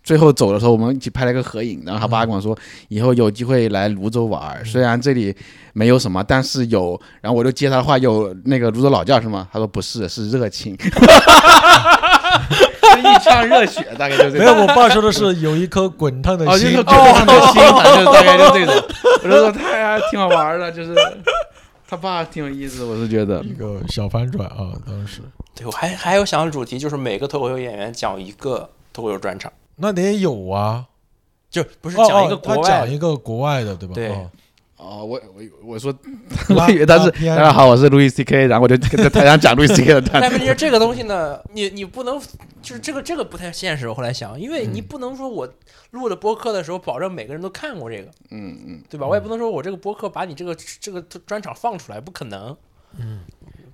最后走的时候我们一起拍了个合影，然后他爸跟我说以后有机会来泸州玩儿，虽然这里没有什么，但是有，然后我就接他的话有那个泸州老窖是吗？他说不是，是热情， *laughs* 是一腔热血，大概就这
没
样
有，。我爸说的是有一颗滚烫的
哦，就是
心
说，他的 *laughs* 心反正大概就这种。我就说他挺好玩的，就是他爸挺有意思，我是觉得
一个小反转啊！当时
对，我还还有想的主题就是每个脱口秀演员讲一个脱口秀专场，
那得有啊，
就不是
哦
讲一个
哦
国
他
外
讲
*laughs* 的。
一个国外的，对吧？
对 *laughs*
哦
哦，我我我 *laughs* 说，
拉
我以为他是
拉片
大家好，我是路易 C K，然后我就在台上讲路易 C K 的段
但
子
问。题是这个东西呢，你你不能就是这个这个不太现实。我后来想，因为你
嗯
不能说我录了播客的时候保证每个人都看过这个，
*laughs* 嗯嗯，
对吧？我也不能说我这个播客把你这个这个专场放出来，不可能，嗯，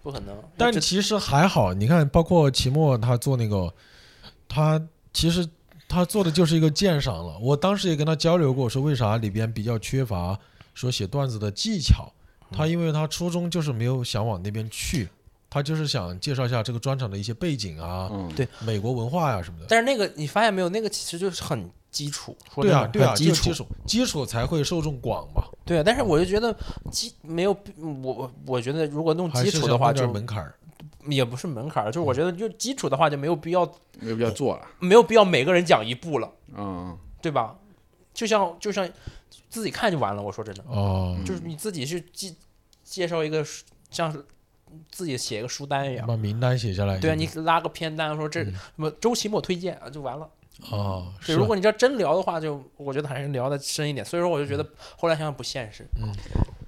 不可能。
但
这
其实还好，你看，包括齐墨他做那个，他其实他做的就是一个鉴赏了。我当时也跟他交流过，我说为啥里边比较缺乏说写段子的技巧。他因为他初中就是没有想往那边去，他就是想介绍一下这个专场的一些背景啊，
嗯，
对
美国文化呀、什么的。
但是那个你发现没有，那个其实就是很基础，说
对
真
啊，
的
对啊，
很
就
基
是
础
基，础基础才会受众广嘛，
对啊。但是我就觉得基没有我我我觉得如果弄
还
基
是
础
想
的话
弄点
就
门嗯槛儿。
也不是门槛儿，就是我觉得就基础的话就没有必要
没有必要做了，
没有必要每个人讲一步了，
嗯，
对吧？就像就像自己看就完了。我说真的，
哦，
就是你自己去介介绍一个书像是自己写一个书单一样。
把名单写下来。
对啊，你拉个片单说这
嗯
什么周奇墨推荐啊，就完了。
呃
哦，
对，
是
如果你这真聊的话，就我觉得还是聊的深一点。所以说，我就觉得后来想想不现实。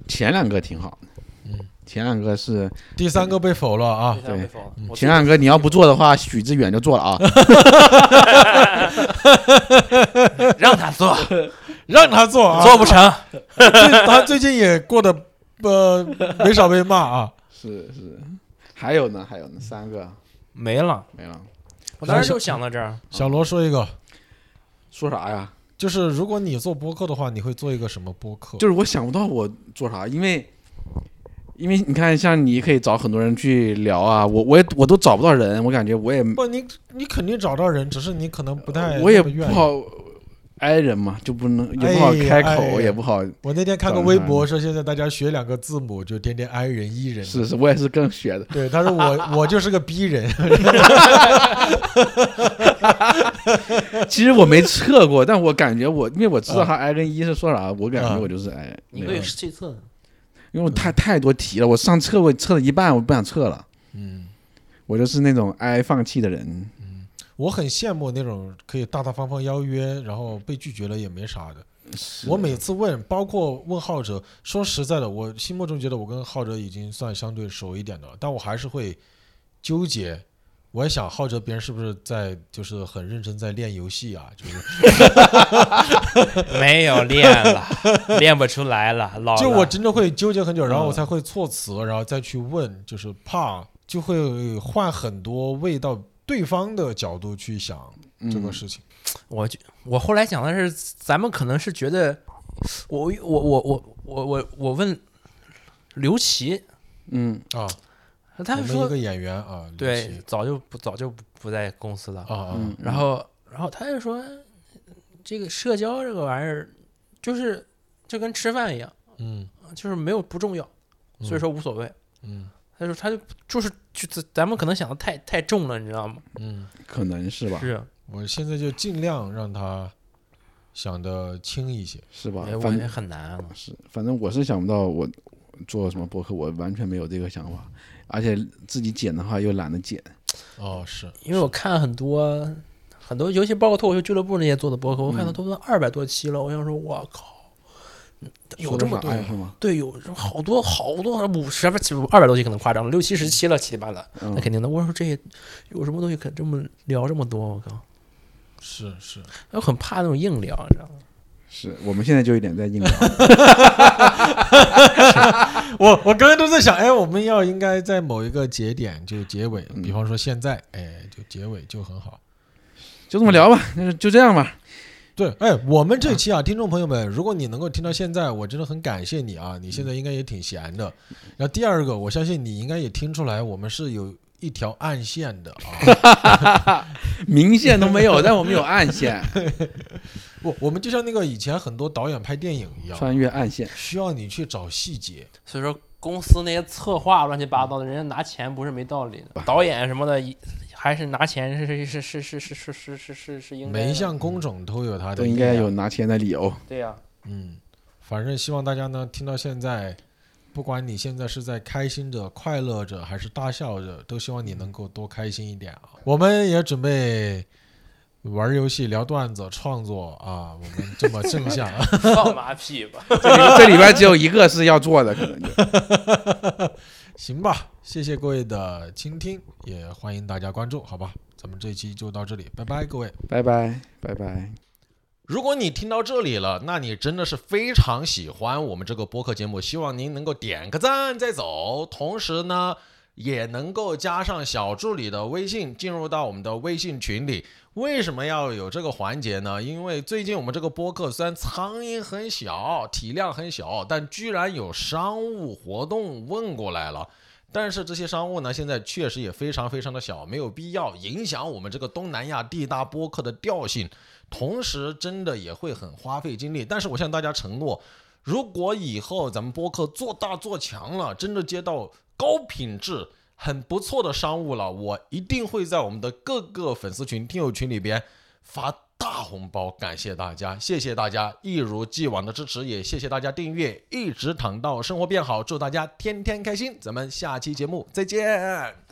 前两个挺好的，
嗯，
前两个是
第三个被否了啊
就，像
对
被封了我
前两个你要不做的话，许知远就做了啊，
*laughs*
*laughs*
让他做，
让他做啊，
做不成。
最他最近也过得呃没少被骂啊。
嗯是是，还有呢还有呢三个
没了，
没了，
我当时就想到这儿。
小罗说一个，
说啥呀？
就是如果你做播客的话，你会做一个什么播客？
就是我想不到我做啥，因为因为你看，像你可以找很多人去聊啊，我我也我都找不到人，我感觉我也
不，你你肯定找到人，只是你可能不太
呃我也
哎那
不
么愿意。
好挨人嘛，就不能也不好开
哎
口，
哎
也不好，
我那天看个微博说，现在大家学两个字母就天天 i 人 e 人。
是是，我也是更学的，
对，他说我 *laughs* 我就是个逼人，
其实我没测过，但我感觉我因为我
啊
知道他 I 跟 E 是说啥，我感觉我就是 I，
你
那
可
个
以试一测，
因为
嗯
我太太多题了，我上测我测了一半，我不想测了，
嗯，
我就是那种 I 放弃的人，
我很羡慕那种可以大大方方邀约，然后被拒绝了也没啥的。我每次问，包括问浩哲，说实在的，我心目中觉得我跟浩哲已经算相对熟一点的了，但我还是会纠结。我也想浩哲别人是不是在就是很认真在练游戏啊？就是
没有练了， *laughs* 练不出来了，老
就我
了
真的会纠结很久，然后我才会措辞，然后再去问，就是怕就会换很多味道，对方的角度去想这个
嗯
事情。
我觉我后来想的是，咱们可能是觉得，我我我我我我我问刘琦，
嗯。
啊，我
他
们一
说
个演员啊，刘
对
琦，
早就不早就不不在公司了。
啊啊，
嗯
然后然后他就说，这个社交这个玩意儿，就是就跟吃饭一样，
嗯
就是没有不重要，所以说无所谓。
嗯
他说他就就是就咱咱们可能想的太太重了，你知道吗？
嗯，
可能是吧，
是，
我现在就尽量让他想的轻一些。
是吧
哎，？我
反
也很难啊。
是，反正我是想不到我做什么播客，我完全没有这个想法，而且自己剪的话又懒得剪。
哦，是，
因为我看很多很多，尤其包括脱口秀俱乐部那些做的播客，我看到
嗯
都二百多期了，我想说，我靠，有
说
这
的
么
啥
多
呀是吗？
对，有好多好多五十不是二百多期可能夸张了，六七十期了，七里八了，
嗯
那，肯定的。我说这些有什么东西可这么聊这么多？我靠，
是是，
我很怕那种硬聊，你知道吗？
是我们现在就有点在硬聊，
我我刚才都在想，哎，我们要应该在某一个节点就结尾，
嗯
比方说现在，哎，就结尾就很好。
就这么聊吧，那就就这样吧。
对，哎，我们这
嗯
期啊，听众朋友们，如果你能够听到现在，我真的很感谢你啊！你现在应该也挺闲的。
嗯
然后第二个，我相信你应该也听出来，我们是有一条暗线的
*laughs*
啊。
明线都没有，但我们有暗
*laughs*
线，
我我们就像那个以前很多导演拍电影一样，
穿越暗
啊
线。
需要你去找细节。
所以说，公司那些策划乱七八糟的，人家拿钱不是没道理
哎
的， *laughs* 导演什么的还是拿钱是是是是是是是是是是应该
每一项工种都有它的
嗯都应该
力量
有拿钱的理由， *laughs*
对呀、 *laughs*
嗯，反正希望大家呢听到现在，不管你现在是在开心着、快乐着，还是大笑着，都希望你能够多开心一点啊！我们也准备玩游戏、聊段子、创作啊，我们这么正向。啊
放马屁吧。
这里这里边只有一个是要做的，可能
*laughs*
就
*laughs* 行吧，谢谢各位的倾听，也欢迎大家关注，好吧？咱们这一期就到这里，拜拜，各位。
拜拜拜拜。
如果你听到这里了，那你真的是非常喜欢我们这个播客节目，希望您能够点个赞再走，同时呢，也能够加上小助理的微信，进入到我们的微信群里。为什么要有这个环节呢？因为最近我们这个播客虽然苍蝇很小，体量很小，但居然有商务活动问过来了。
但是这些商务呢，现在确实也非常非常的小，没有必要影响我们这个东南亚地大播客的调性。同时，真的也会很花费精力。但是我向大家承诺，如果以后咱们播客做大做强了，真的接到高品质、很不错的商务了，我一定会在我们的各个粉丝群、听友群里边发大红包，感谢大家，谢谢大家一如既往的支持，也谢谢大家订阅，一直躺到生活变好，祝大家天天开心，咱们下期节目再见。